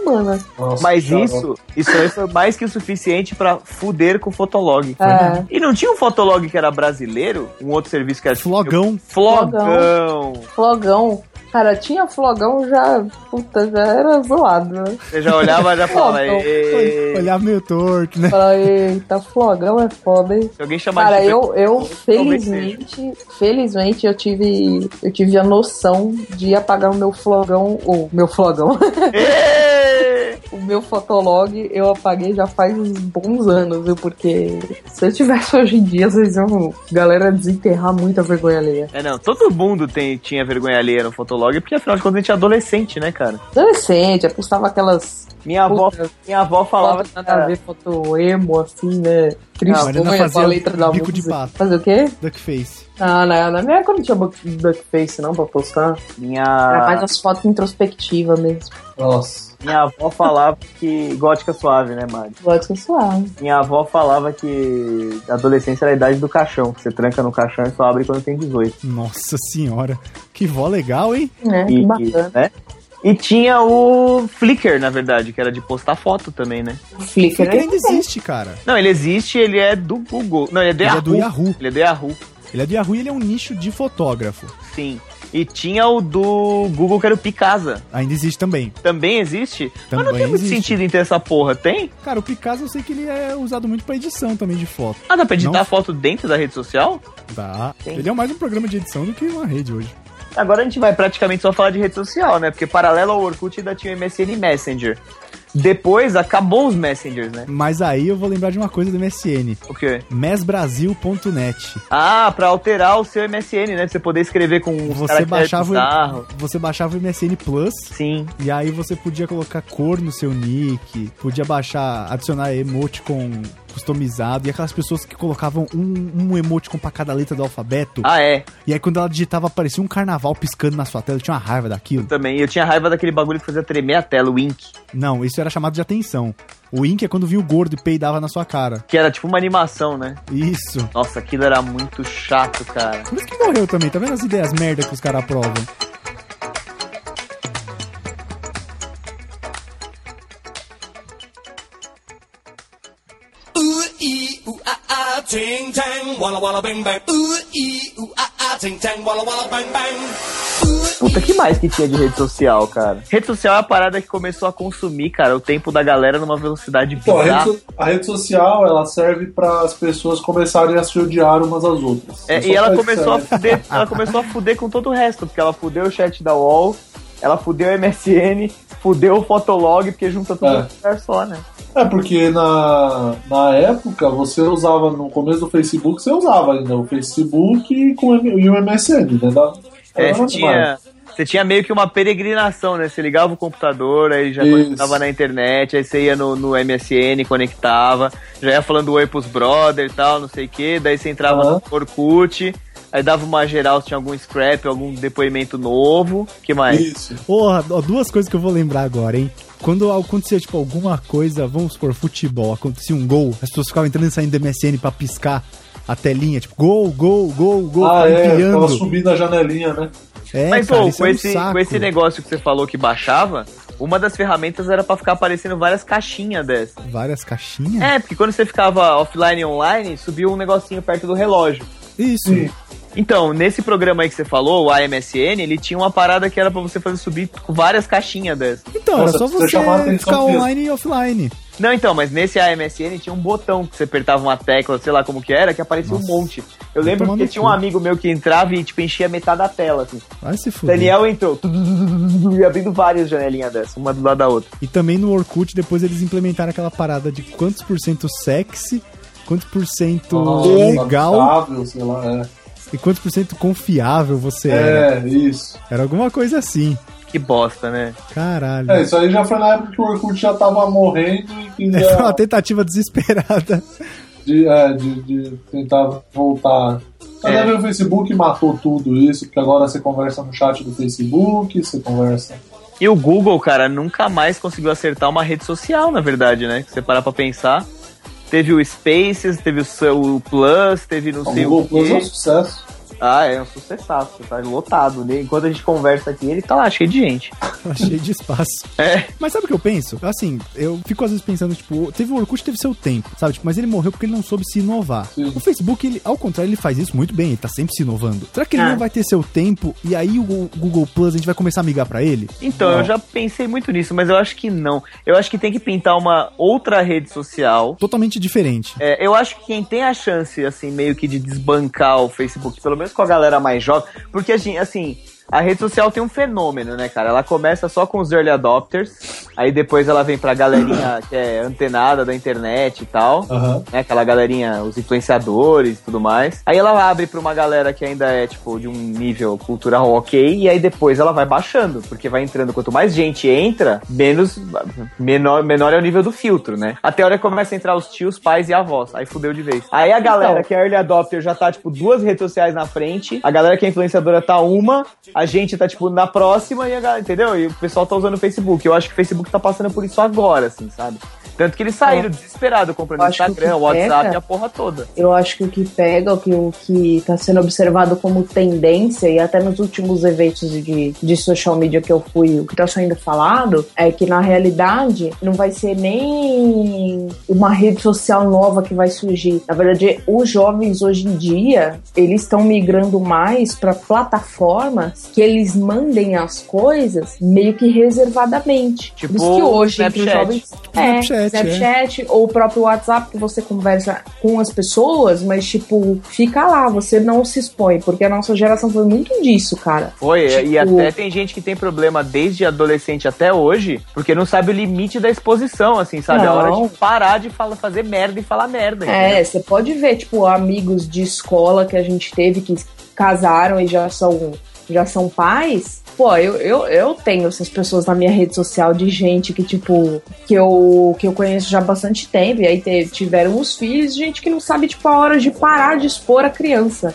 Nossa, Mas cara. isso, isso aí foi mais que o suficiente pra fuder com o Fotolog. É. E não tinha um Fotolog que era brasileiro? Um outro serviço que era. Flogão. Flogão. Flogão. Cara, tinha flogão já. Puta, já era zoado, né? Você já olhava e já falava. Flogão. "Ê". Olhava meio torto, né? Falava, eita, flogão é foda, hein? Se alguém chamar Cara, de eu, eu Talvez felizmente, felizmente eu tive, eu tive a noção de apagar o meu flogão, ou meu flogão, Ê! o meu fotolog eu apaguei já faz uns bons anos, viu? Porque se eu tivesse hoje em dia, vocês iam, galera, desenterrar muita vergonha alheia. É, não, todo mundo tem, tinha vergonha alheia no Fotolog, porque afinal de contas a gente é adolescente, né, cara? Adolescente, eu postava aquelas Minha avó, Puta. minha avó falava. fotos nada a ver, foto emo, assim, né? Marina Tristonha com fazia um a letra da bico música. de pato. Fazer o quê? Duckface. Ah, na, na minha época não tinha bu- duckface, não, pra postar. Era mais um Minha, as fotos introspectivas mesmo. Nossa. minha avó falava que. Gótica suave, né, Mari? Gótica suave. Minha avó falava que a adolescência era a idade do caixão. que Você tranca no caixão e só abre quando tem 18. Nossa senhora. Que vó legal, hein? Né? E, Que bacana. né? E tinha o Flickr, na verdade, que era de postar foto também, né? Flickr, Flickr né? ainda existe, cara. Não, ele existe, ele é do Google. Não, ele é do Ele Yahoo. é do Yahoo. Ele é do Yahoo, Ele é do Yahoo e ele é um nicho de fotógrafo. sim. E tinha o do Google, que era o Picasa. Ainda existe também. Também existe? Mas não Também tem muito existe. sentido em ter essa porra, tem? Cara, o Picasso eu sei que ele é usado muito pra edição também de foto. Ah, dá pra editar Não. foto dentro da rede social? Tá. Tem. Ele é mais um programa de edição do que uma rede hoje. Agora a gente vai praticamente só falar de rede social, né? Porque paralelo ao Orkut ainda tinha o MSN Messenger. Depois acabou os Messengers, né? Mas aí eu vou lembrar de uma coisa do MSN. O quê? mesbrasil.net. Ah, pra alterar o seu MSN, né? Pra você poder escrever com uns Você caracteres baixava, bizarros. o- você baixava o MSN Plus Sim. e aí você podia colocar cor no seu nick, podia baixar, adicionar emoticon customizado e aquelas pessoas que colocavam um, um emoticon pra cada letra do alfabeto. Ah, é. E aí quando ela digitava aparecia um carnaval piscando na sua tela, eu tinha uma raiva daquilo. Também. Eu tinha raiva daquele bagulho que fazia tremer a tela, o Ink. Não, isso era chamado de atenção. O Ink é quando vinha o gordo e peidava na sua cara. Que era tipo uma animação, né? Isso. Nossa, aquilo era muito chato, cara. Por isso que morreu também, tá vendo as ideias merda que os caras aprovam? Ooh ee ooh ah ah ting tang walla walla bang bang. Ooh ee ooh ah ah ting tang walla walla bang bang. Puta, que mais que tinha de rede social, cara? Rede social é a parada que começou a consumir, cara, o tempo da galera numa velocidade Então, a rede, bizarra. so- a rede social ela serve para as pessoas começarem a se odiar umas às outras. É, Só e ela pra isso né? começou, a serve. fuder, ela começou a fuder com todo o resto, porque ela fudeu o chat da UOL, ela fudeu o MSN, fudeu o Fotolog, porque junta tudo É. num lugar só, né? É porque na, na época você usava, no começo do Facebook, você usava ainda o Facebook com, M- e o MSN, né? Da, É, era você mais. tinha, você tinha meio que uma peregrinação, né? Você ligava o computador, aí já Isso. conectava na internet, aí você ia no, no MSN, conectava, já ia falando oi pros brother e tal, não sei o quê, daí você entrava Aham. no Orkut, aí dava uma geral se tinha algum scrap, algum depoimento novo, que mais? Isso. Porra, ó, duas coisas que eu vou lembrar agora, hein? Quando acontecia, tipo, alguma coisa, vamos supor, futebol, acontecia um gol, as pessoas ficavam entrando e saindo do MSN pra piscar a telinha, tipo, gol, gol, gol, gol, Ah, ficavam é, enviando. tava subindo a janelinha, né? É, Mas, cara, pô, isso com, é um esse, saco. com esse negócio que você falou que baixava, uma das ferramentas era pra ficar aparecendo várias caixinhas dessa. Várias caixinhas? É, porque quando você ficava offline e online, subiu um negocinho perto do relógio. Isso. Sim. Então, nesse programa aí que você falou, o AMSN, ele tinha uma parada que era pra você fazer subir com várias caixinhas dessa. Então, Nossa, era só precisa chamar a você atenção ficar mesmo. online e offline. Não, então, mas nesse AMSN tinha um botão que você apertava uma tecla, sei lá como que era, que aparecia um Nossa. monte. Eu lembro tomar porque no tinha cu. Uhum. um amigo meu que entrava e, tipo, enchia metade da tela, assim. Vai se fuder. Daniel entrou, tu, tu, tu, tu, tu, e abrindo várias janelinhas dessas, uma do lado da outra. E também no Orkut, depois eles implementaram aquela parada de quantos por cento sexy, quantos por cento Hum. legal Saudável, Ah, sei lá, é. e quantos por cento confiável você era. É, isso. Era alguma coisa assim. Que bosta, né? Caralho. É, isso aí já foi na época que o Orkut já tava morrendo e que É uma já, tentativa desesperada. de, é, de, de tentar voltar. Mas É. aí o Facebook matou tudo isso, porque agora você conversa no chat do Facebook, você conversa E o Google, cara, nunca mais conseguiu acertar uma rede social, na verdade, né? Se você parar pra pensar. Teve o Spaces, teve o, seu- o Plus, teve não O sei Google o Plus é um quê. sucesso. Ah, é um sucessaço, tá lotado. Né? Enquanto a gente conversa aqui, ele tá lá cheio de gente. Tá cheio de espaço. É. Mas sabe o que eu penso? Assim, eu fico às vezes pensando, tipo, teve o Orkut, teve seu tempo, sabe? Tipo, mas ele morreu porque ele não soube se inovar. Sim. O Facebook, ele, ao contrário, ele faz isso muito bem, ele tá sempre se inovando. Será que ele É. Ah. não vai ter seu tempo e aí o Google Plus a gente vai começar a migrar pra ele? Então, Não. eu já pensei muito nisso, mas eu acho que não. Eu acho que tem que pintar uma outra rede social. Totalmente diferente. É, eu acho que quem tem a chance, assim, meio que de desbancar o Facebook, pelo menos com a galera mais jovem, porque, assim, assim, A rede social tem um fenômeno, né, cara? Ela começa só com os early adopters, aí depois ela vem pra galerinha que é antenada da internet e tal, Aham. né? Aquela galerinha, os influenciadores e tudo mais. Aí ela abre pra uma galera que ainda é, tipo, de um nível cultural ok, e aí depois ela vai baixando, porque vai entrando. Quanto mais gente entra, menos menor, menor é o nível do filtro, né? Até a hora que começa a entrar os tios, pais e avós. Aí fudeu de vez. Aí a galera Então. que é early adopter já tá, tipo, duas redes sociais na frente, a galera que é influenciadora tá uma, a gente tá, tipo, na próxima, e a galera, entendeu? E o pessoal tá usando o Facebook. Eu acho que o Facebook tá passando por isso agora, assim, sabe? Tanto que eles saíram desesperados comprando É. Eu acho que o que Instagram, WhatsApp pega- e a porra toda. Eu acho que o que pega, o que, o que tá sendo observado como tendência, e até nos últimos eventos de, de social media que eu fui, o que tá sendo falado, é que na realidade não vai ser nem uma rede social nova que vai surgir. Na verdade, os jovens hoje em dia, eles estão migrando mais pra plataformas que eles mandem as coisas meio que reservadamente. Tipo Por isso que hoje, entre os Snapchat. jovens. É, Snapchat, é. Snapchat, chat ou o próprio WhatsApp que você conversa com as pessoas, mas tipo, fica lá, você não se expõe, porque a nossa geração foi muito disso, cara. Foi, e Tipo- até tem gente que tem problema desde adolescente até hoje, porque não sabe o limite da exposição, assim, sabe? A hora Não. de parar de fala, fazer merda e falar merda. entendeu? É, você pode ver, tipo, amigos de escola que a gente teve que casaram e já são, já são pais. Pô, eu, eu, eu tenho essas pessoas na minha rede social de gente que, tipo, que eu, que eu conheço já há bastante tempo, e aí te- tiveram os filhos, gente que não sabe, tipo, a hora de parar de expor a criança.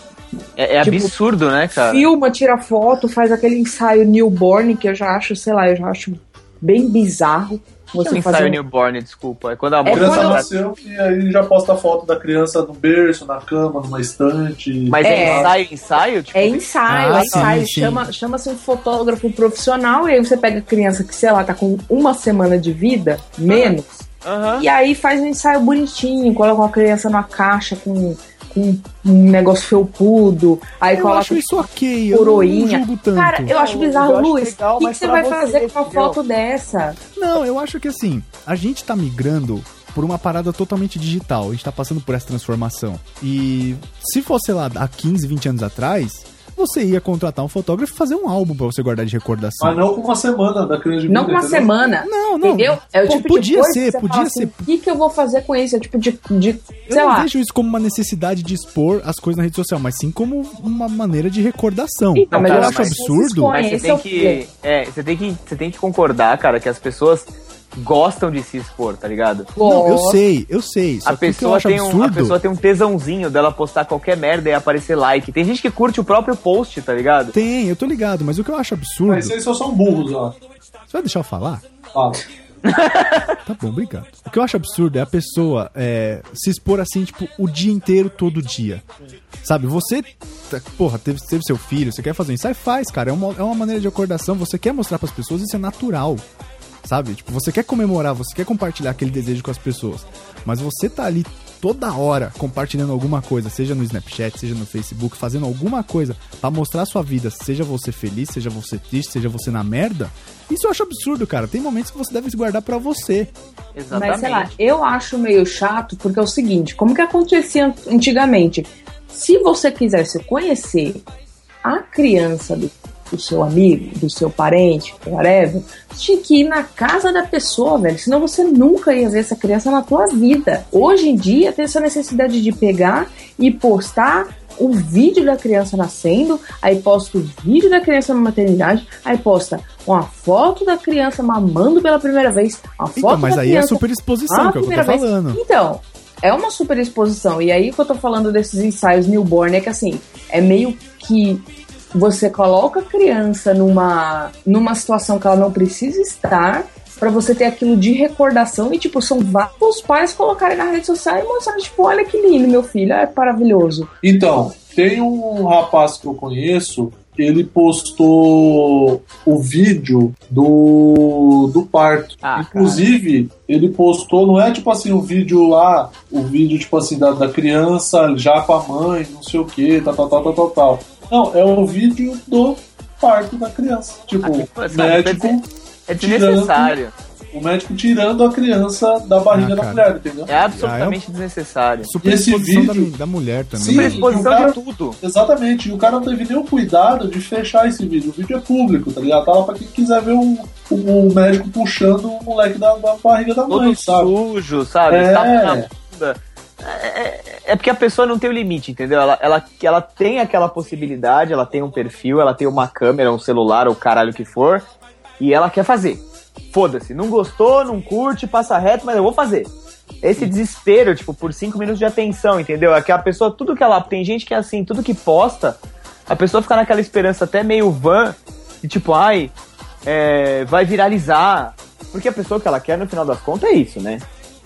É, é Tipo, absurdo, né, cara? filma, tira foto, faz aquele ensaio newborn que eu já acho, sei lá, eu já acho bem bizarro O que é você um fazer. ensaio um- newborn, desculpa. É quando A a É moça. criança quando- nasceu e aí já posta foto da criança no berço, na cama, numa estante. Mas é, É. ensaio, ensaio? Tipo, É ensaio, Ah, é ensaio. sim, sim. Chama- Chama-se um fotógrafo profissional e aí você pega a criança que, sei lá, tá com uma semana de vida, menos, aham. e aí faz um ensaio bonitinho, coloca uma criança numa caixa com, com um negócio felpudo, aí Eu coloca acho isso ok, eu não- não coroinha. julgo tanto. Cara, eu acho Eu bizarro, acho Luiz. legal, O que, mas que você pra vai você, fazer com uma entendeu? foto dessa? Não, eu acho que assim, a gente tá migrando por uma parada totalmente digital. A gente tá passando por essa transformação. E se fosse lá há 15, 20 anos atrás, você ia contratar um fotógrafo e fazer um álbum pra você guardar de recordação. Mas não com uma semana da criança de Não com vida, uma entendeu? semana. Não, não. Entendeu? É o Pô, tipo podia de coisa ser, que você podia fala ser. Assim, o que, que eu vou fazer com isso? É o tipo de, de Eu sei não lá. vejo isso como uma necessidade de expor as coisas na rede social, mas sim como uma maneira de recordação. Então, o que mas eu eu acho acho que absurdo. se expõe. Mas você Esse é tem o que. problema. É, você tem que. Você tem que concordar, cara, que as pessoas gostam de se expor, tá ligado? Não, eu Ó, sei, eu sei. Só A que o que eu pessoa, acho tem um, a absurdo. pessoa tem um tesãozinho dela postar qualquer merda e aparecer like. Tem gente que curte o próprio post, tá ligado? Tem, eu tô ligado, mas o que eu acho absurdo. Mas vocês só são burros, ó. Você vai deixar eu falar? Fala. Tá bom, obrigado. O que eu acho absurdo é a pessoa é, se expor assim, tipo, o dia inteiro, todo dia. Sabe, você, tá- porra, teve, teve seu filho, você quer fazer um ensaio? Faz, cara. É uma, é uma maneira de recordação, você quer mostrar pras pessoas, isso é natural. Sabe? Tipo, você quer comemorar, você quer compartilhar aquele desejo com as pessoas. Mas você tá ali toda hora compartilhando alguma coisa, seja no Snapchat, seja no Facebook, fazendo alguma coisa pra mostrar a sua vida, seja você feliz, seja você triste, seja você na merda. Isso eu acho absurdo, cara. Tem momentos que você deve se guardar pra você. Mas sei lá, eu acho meio chato porque é o seguinte: como que acontecia an- antigamente? Se você quisesse conhecer a criança do, do seu amigo, do seu parente, whatever, tinha que ir na casa da pessoa, velho. Senão você nunca ia ver essa criança na tua vida. Hoje em dia tem essa necessidade de pegar e postar o vídeo da criança nascendo, aí posta o vídeo da criança na maternidade, aí posta uma foto da criança mamando pela primeira vez, uma foto Então, mas da aí é criança super exposição, Ah, que é o que eu tô primeira vez. falando. então, é uma super exposição. E aí que eu tô falando desses ensaios newborn, é que assim, é meio que você coloca a criança numa, numa situação que ela não precisa estar pra você ter aquilo de recordação e tipo, são vários pais colocarem na rede social e mostrarem, tipo, olha que lindo, meu filho, é maravilhoso. Então, tem um rapaz que eu conheço, ele postou o vídeo do, do parto. Ah, Inclusive, ele postou, não é tipo assim, o vídeo lá, o vídeo tipo assim, da, da criança já com a mãe, não sei o que, tal, tal, tal, tal, tal, tal. Não, é o vídeo do parto da criança. Tipo, Ah, que coisa, sabe, médico. É desnecessário. O médico tirando a criança da barriga Ah, da cara. mulher, entendeu? É absolutamente desnecessário. Super Esse exposição da, vídeo- mu- da mulher também. Sim. né? Superexposição o cara- de tudo. Exatamente, e o cara não teve nenhum cuidado de fechar esse vídeo. O vídeo é público, tá ligado? Tá lá pra quem quiser ver um, um, um médico puxando o moleque da, da barriga da Todo mãe, sabe? sujo, sabe? É. Tapa na bunda. É, é- é porque a pessoa não tem o limite, entendeu? Ela, ela, ela tem aquela possibilidade, ela tem um perfil, ela tem uma câmera, um celular, ou caralho que for, e ela quer fazer. Foda-se, não gostou, não curte, passa reto, mas eu vou fazer. Esse desespero, tipo, por cinco minutos de atenção, entendeu? É que a pessoa, tudo que ela. Tem gente que é assim, tudo que posta, a pessoa fica naquela esperança até meio vã, de tipo, ai, é, vai viralizar. Porque a pessoa que ela quer, no final das contas, é isso, né?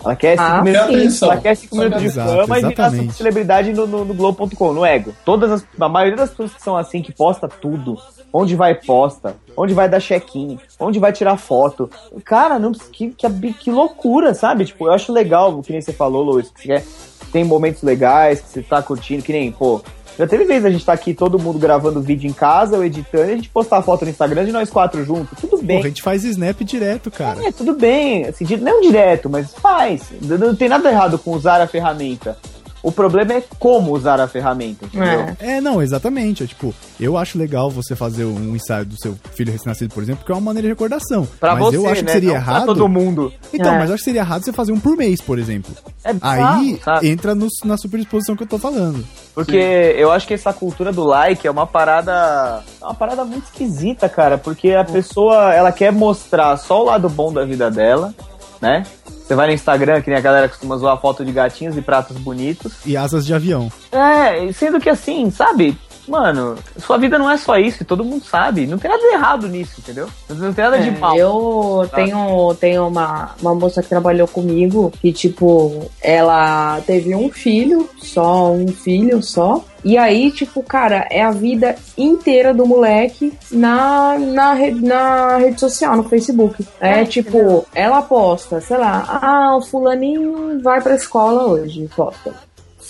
Ela quer cinco Ah, Quer minutos. atenção. Ela quer cinco minutos de Exato, fama e virar exatamente. celebridade no, no, no Globo.com, no Ego. Todas as, a maioria das pessoas que são assim, que posta tudo, onde vai posta, onde vai dar check-in, onde vai tirar foto. Cara, não, que, que, ab- que loucura, sabe? Tipo, eu acho legal, que nem você falou, Luiz, que você quer- tem momentos legais, que você tá curtindo, que nem, pô. Já teve vez a gente tá aqui, todo mundo gravando vídeo em casa, eu editando, e a gente postar a foto no Instagram de nós quatro juntos. Tudo bem. Porra, a gente faz snap direto, cara. É, tudo bem, assim, di- não direto, mas faz. N- Não tem nada errado com usar a ferramenta. O problema é como usar a ferramenta, entendeu? É. É, não, exatamente. É tipo, eu acho legal você fazer um ensaio do seu filho recém-nascido, por exemplo, porque é uma maneira de recordação. Pra mas você, eu acho né? que seria não pra errado. todo mundo. Então, É. mas eu acho que seria errado você fazer um por mês, por exemplo. É bizarro, Aí sabe? entra no- na superexposição que eu tô falando. Porque eu acho que essa cultura do like é uma parada. É uma parada muito esquisita, cara. Porque a pessoa, ela quer mostrar só o lado bom da vida dela, né? Você vai no Instagram, que nem a galera costuma zoar foto de gatinhos e pratos bonitos. E asas de avião. É, e sendo que assim, sabe? Mano, sua vida não é só isso, e todo mundo sabe. Não tem nada de errado nisso, entendeu? Não tem nada de É, mal. Eu tenho, tenho uma, uma moça que trabalhou comigo que, tipo, ela teve um filho, só um filho só. E aí, tipo, cara, é a vida inteira do moleque na, na, re- na rede social, no Facebook. Ah, É, tipo, ela posta, sei lá, ah, o fulaninho vai pra escola hoje, posta.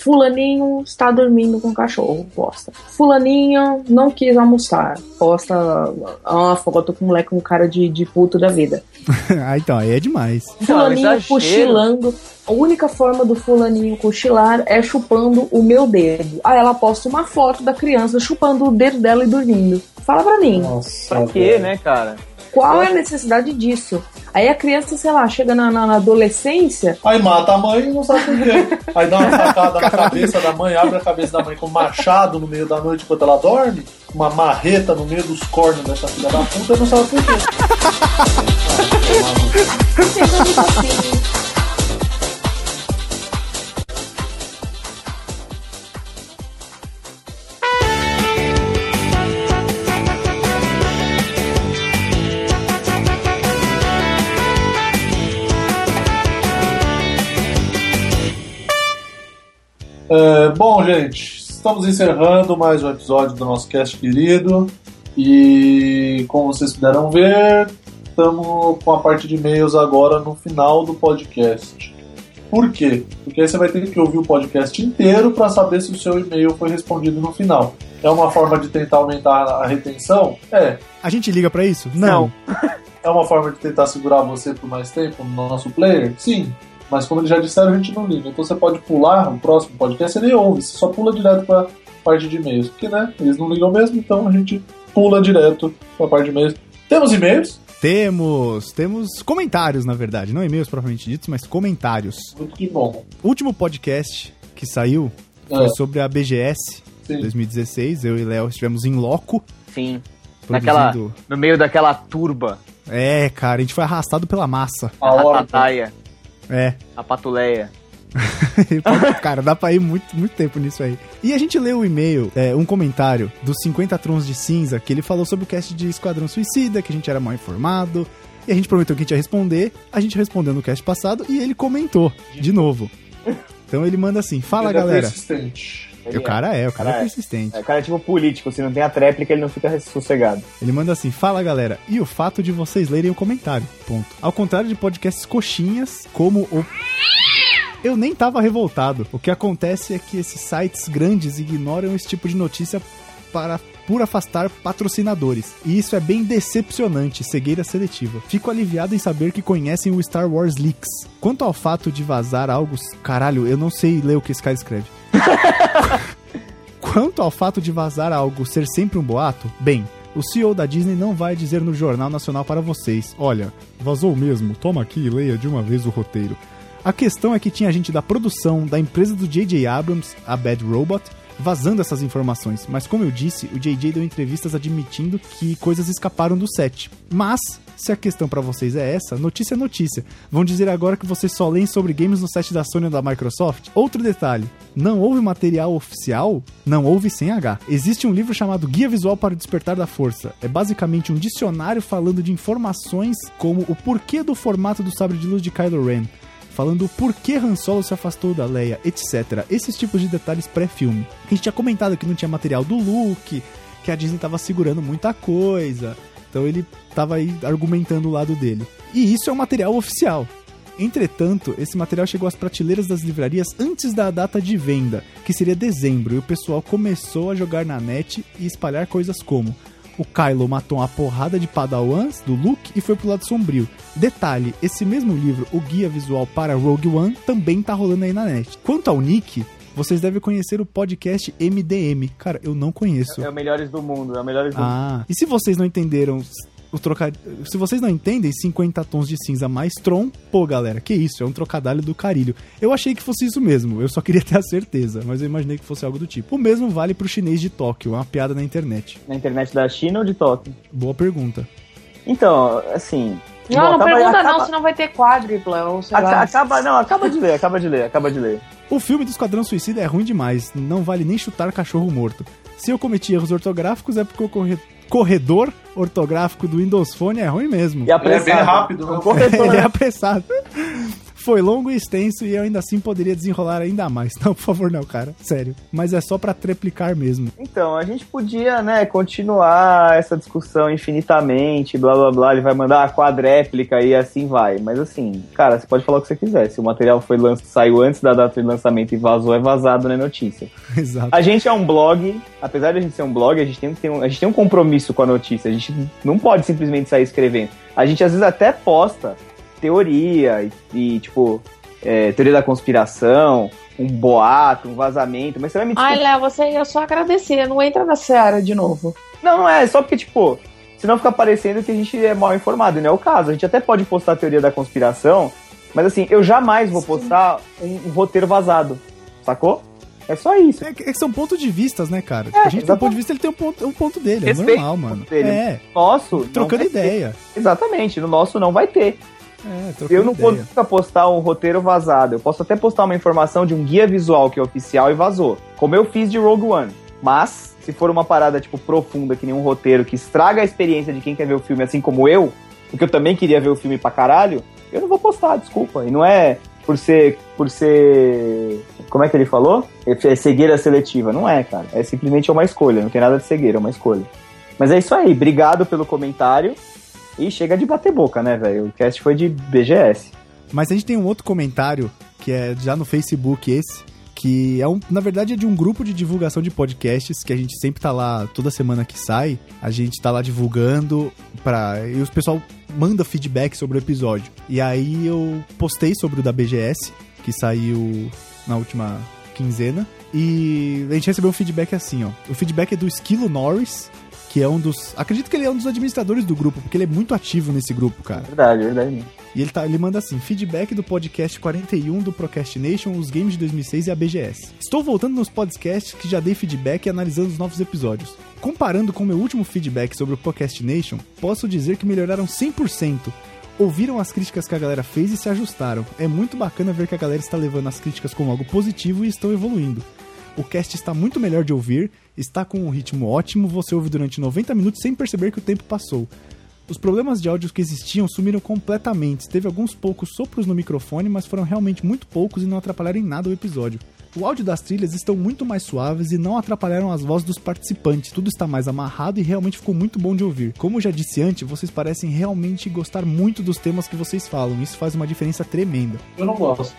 Fulaninho está dormindo com o cachorro, posta. Fulaninho não quis almoçar, posta uma foto com um moleque com cara de, de puto da vida. ah, então, aí é demais. Então, Fulaninho exagero. cochilando. A única forma do fulaninho cochilar é chupando o meu dedo. Aí ela posta uma foto da criança chupando o dedo dela e dormindo. Fala pra mim, Nossa, Pra quê, velho. né, cara? qual é a necessidade disso? Aí a criança, sei lá, chega na- na- na adolescência, Aí mata a mãe e não sabe por quê. Aí dá uma facada na cabeça da mãe, abre a cabeça da mãe com um machado no meio da noite quando ela dorme, uma marreta no meio dos cornos dessa filha da puta e não sabe por quê. É, bom, gente, estamos encerrando mais um episódio do nosso cast querido. E como vocês puderam ver, estamos com a parte de e-mails agora no final do podcast. Por quê? Porque aí você vai ter que ouvir o podcast inteiro para saber se o seu e-mail foi respondido no final. É uma forma de tentar aumentar a retenção? É. A gente liga pra isso? Não. É uma forma de tentar segurar você por mais tempo no nosso player? Sim. Mas como eles já disseram, a gente não liga. Então você pode pular o próximo podcast, você nem ouve, você só pula direto pra parte de e-mails. Porque, né, eles não ligam mesmo, então a gente pula direto pra parte de e-mails. Temos e-mails? Temos, temos comentários, na verdade. Não e-mails propriamente ditos, mas comentários. Muito que bom. O último podcast que saiu foi É, sobre a BGS sim. 2016. Eu e Léo estivemos em loco. Sim. Naquela- Produzindo... No meio daquela turba, É, cara, a gente foi arrastado pela massa. A a hora. ratataia, É, a patuleia. cara, dá pra ir muito, muito tempo nisso aí. E a gente leu o e-mail, é, um comentário dos 50 Trons de Cinza, que ele falou sobre o cast de Esquadrão Suicida, que a gente era mal informado. E a gente prometeu que a gente ia responder. A gente respondeu no cast passado e ele comentou de novo. Então ele manda assim: Fala Ele é galera. persistente. E O cara é, o cara é Cara, é. persistente. É, O cara é tipo político, se não tem a tréplica, ele não fica sossegado. Ele manda assim: Fala galera, e o fato de vocês lerem o comentário. Ponto. Ao contrário de podcasts coxinhas, como o. Eu nem tava revoltado. O que acontece é que esses sites grandes ignoram esse tipo de notícia para por afastar patrocinadores. E isso é bem decepcionante, cegueira seletiva. Fico aliviado em saber que conhecem o Star Wars Leaks. Quanto ao fato de vazar algo. Caralho, eu não sei ler o que esse cara escreve. Quanto ao fato de vazar algo ser sempre um boato, bem, o CEO da Disney não vai dizer no Jornal Nacional para vocês: olha, vazou mesmo, toma aqui e leia de uma vez o roteiro. A questão é que tinha gente da produção, da empresa do J.J. Abrams, a Bad Robot, vazando essas informações, mas como eu disse, o J.J. deu entrevistas admitindo que coisas escaparam do set. Mas, se a questão pra vocês é essa, notícia é notícia. Vão dizer agora que vocês só leem sobre games no site da Sony ou da Microsoft? Outro detalhe, não houve material oficial? Não houve sem H. Existe um livro chamado Guia Visual para o Despertar da Força. É basicamente um dicionário falando de informações como o porquê do formato do sabre de luz de Kylo Ren, falando o porquê Han Solo se afastou da Leia, etc. Esses tipos de detalhes pré-filme. A gente tinha comentado que não tinha material do Luke, que a Disney tava segurando muita coisa. Então ele tava aí argumentando o lado dele. E isso é um material oficial. Entretanto, esse material chegou às prateleiras das livrarias antes da data de venda, que seria dezembro, e o pessoal começou a jogar na net e espalhar coisas como o Kylo matou uma porrada de padawans do Luke e foi pro lado sombrio. Detalhe, esse mesmo livro, o guia visual para Rogue One, também tá rolando aí na net. Quanto ao Nick, vocês devem conhecer o podcast MDM. Cara, eu não conheço. É o melhores do mundo, é o melhores do mundo. Ah, e se vocês não entenderam o trocadilho. Se vocês não entendem, 50 tons de cinza mais Tron, pô, galera, que isso, é um trocadilho do carilho. Eu achei que fosse isso mesmo, eu só queria ter a certeza, mas eu imaginei que fosse algo do tipo. O mesmo vale pro chinês de Tóquio, é uma piada na internet. Na internet da China ou de Tóquio? Boa pergunta. Então, assim. Não, bom, não acaba- pergunta acaba- não, senão vai ter quadripla, ou sei Aca- lá. Acaba, não, acaba de ler, acaba de ler, acaba de ler. O filme do Esquadrão Suicida é ruim demais, não vale nem chutar cachorro morto. Se eu cometi erros ortográficos é porque o corre- corredor ortográfico do Windows Phone é ruim mesmo. E Ele é apressado. bem rápido, né? O corretor, Ele é né? apressado. Foi longo e extenso e eu ainda assim poderia desenrolar ainda mais. Não, por favor, não, cara. Sério. Mas é só pra triplicar mesmo. Então, a gente podia, né, continuar essa discussão infinitamente, blá blá blá, ele vai mandar a quadréplica e assim vai. Mas assim, cara, você pode falar o que você quiser. Se o material foi lan- saiu antes da data de lançamento e vazou, é vazado, né, notícia. Exato. A gente é um blog, apesar de a gente ser um blog, a gente tem, tem um, a gente tem um compromisso com a notícia. A gente não pode simplesmente sair escrevendo. A gente às vezes até posta teoria e, e, tipo, é, teoria da conspiração, um boato, um vazamento, mas você vai me Ai, Léo, você, eu só agradecia, não entra na seara de novo. Não, não é, só porque, tipo, senão fica parecendo que a gente é mal informado, e não é o caso. A gente até pode postar a teoria da conspiração, mas assim, eu jamais vou postar um, um roteiro vazado, sacou? É só isso. É que é que são pontos de vistas, né, cara? Tipo, a gente tem um É, exatamente. ponto de vista, ele tem um ponto, um ponto dele. Respeito é normal, o ponto mano. dele. É, Nosso. não é trocando vai ter. ideia. Exatamente, no nosso não vai ter. É, trocando Eu não vou ideia. nunca postar um roteiro vazado. Eu posso até postar uma informação de um guia visual que é oficial e vazou. Como eu fiz de Rogue One. Mas, se for uma parada, tipo, profunda, que nem um roteiro que estraga a experiência de quem quer ver o filme, assim como eu, porque eu também queria ver o filme pra caralho, eu não vou postar, desculpa. E não é por ser. por ser. Como é que ele falou? É cegueira seletiva. Não é, cara. É simplesmente uma escolha. Não tem nada de cegueira, é uma escolha. Mas é isso aí. Obrigado pelo comentário. E chega de bater boca, né, velho? O cast foi de BGS. Mas a gente tem um outro comentário, que é já no Facebook esse, que é um, na verdade é de um grupo de divulgação de podcasts, que a gente sempre tá lá, toda semana que sai, a gente tá lá divulgando pra, e os pessoal manda feedback sobre o episódio. E aí eu postei sobre o da BGS, que saiu na última quinzena, e a gente recebeu um feedback assim, ó. O feedback é do Esquilo Norris, que é um dos... Acredito que ele é um dos administradores do grupo, porque ele é muito ativo nesse grupo, cara. Verdade, verdade. mesmo. E ele, tá, ele manda assim: feedback do podcast 41 do Procrastination, os games de 2006 e a BGS. Estou voltando nos podcasts que já dei feedback e analisando os novos episódios. Comparando com meu último feedback sobre o Procrastination, posso dizer que melhoraram 100%. Ouviram as críticas que a galera fez e se ajustaram. É muito bacana ver que a galera está levando as críticas como algo positivo e estão evoluindo. O cast está muito melhor de ouvir, está com um ritmo ótimo, você ouve durante 90 minutos sem perceber que o tempo passou. Os problemas de áudio que existiam sumiram completamente. Teve alguns poucos sopros no microfone, mas foram realmente muito poucos e não atrapalharam em nada o episódio. O áudio das trilhas estão muito mais suaves e não atrapalharam as vozes dos participantes. Tudo está mais amarrado e realmente ficou muito bom de ouvir. Como eu já disse antes, vocês parecem realmente gostar muito dos temas que vocês falam. Isso faz uma diferença tremenda. Eu não gosto.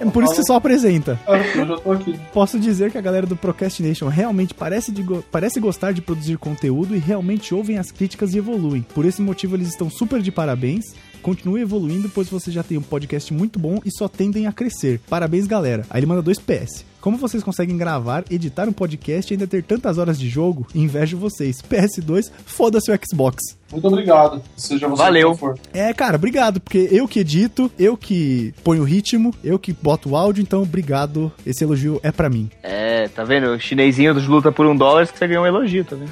É por isso que você só apresenta. Ah, Eu já tô aqui. Posso dizer que a galera do Procrastination realmente parece, de go- parece gostar de produzir conteúdo e realmente ouvem as críticas e evoluem. Por esse motivo, eles estão super de parabéns. Continue evoluindo, pois você já tem um podcast muito bom e só tendem a crescer. Parabéns, galera. Aí ele manda dois PS. Como vocês conseguem gravar, editar um podcast e ainda ter tantas horas de jogo? Invejo vocês. PS2, foda-se o Xbox. Muito obrigado. Seja você Valeu. quem for. É, cara, obrigado, porque eu que edito, eu que ponho o ritmo, eu que boto o áudio, então obrigado. Esse elogio é pra mim. É, tá vendo? O chinesinho dos luta por um dólar que você ganhou um elogio, tá vendo?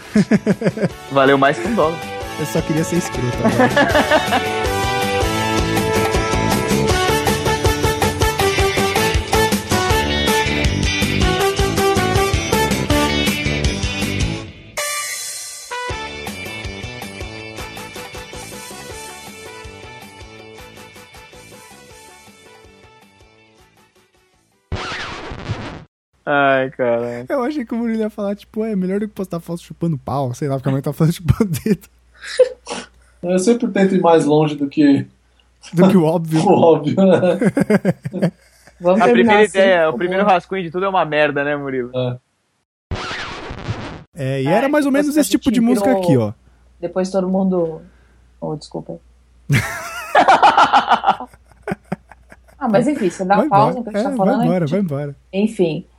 Valeu mais que um dólar. Eu só queria ser escroto agora. Ai, cara. Eu achei que o Murilo ia falar, tipo, é melhor do que postar foto chupando pau, sei lá, porque a mãe tá falando chupando dedo Eu sempre tento ir mais longe do que do que o o óbvio. óbvio. né? Vamos A terminar primeira assim, ideia, o por primeiro favor. rascunho de tudo é uma merda, né, Murilo? É, e era Ai, mais ou menos nossa, esse tipo de gente, música virou- aqui, ó. Depois todo mundo. Oh, desculpa. ah, mas enfim, você dá Vai pausa embora, no que a gente É, tá vai falando. embora, a gente- vai embora. Enfim.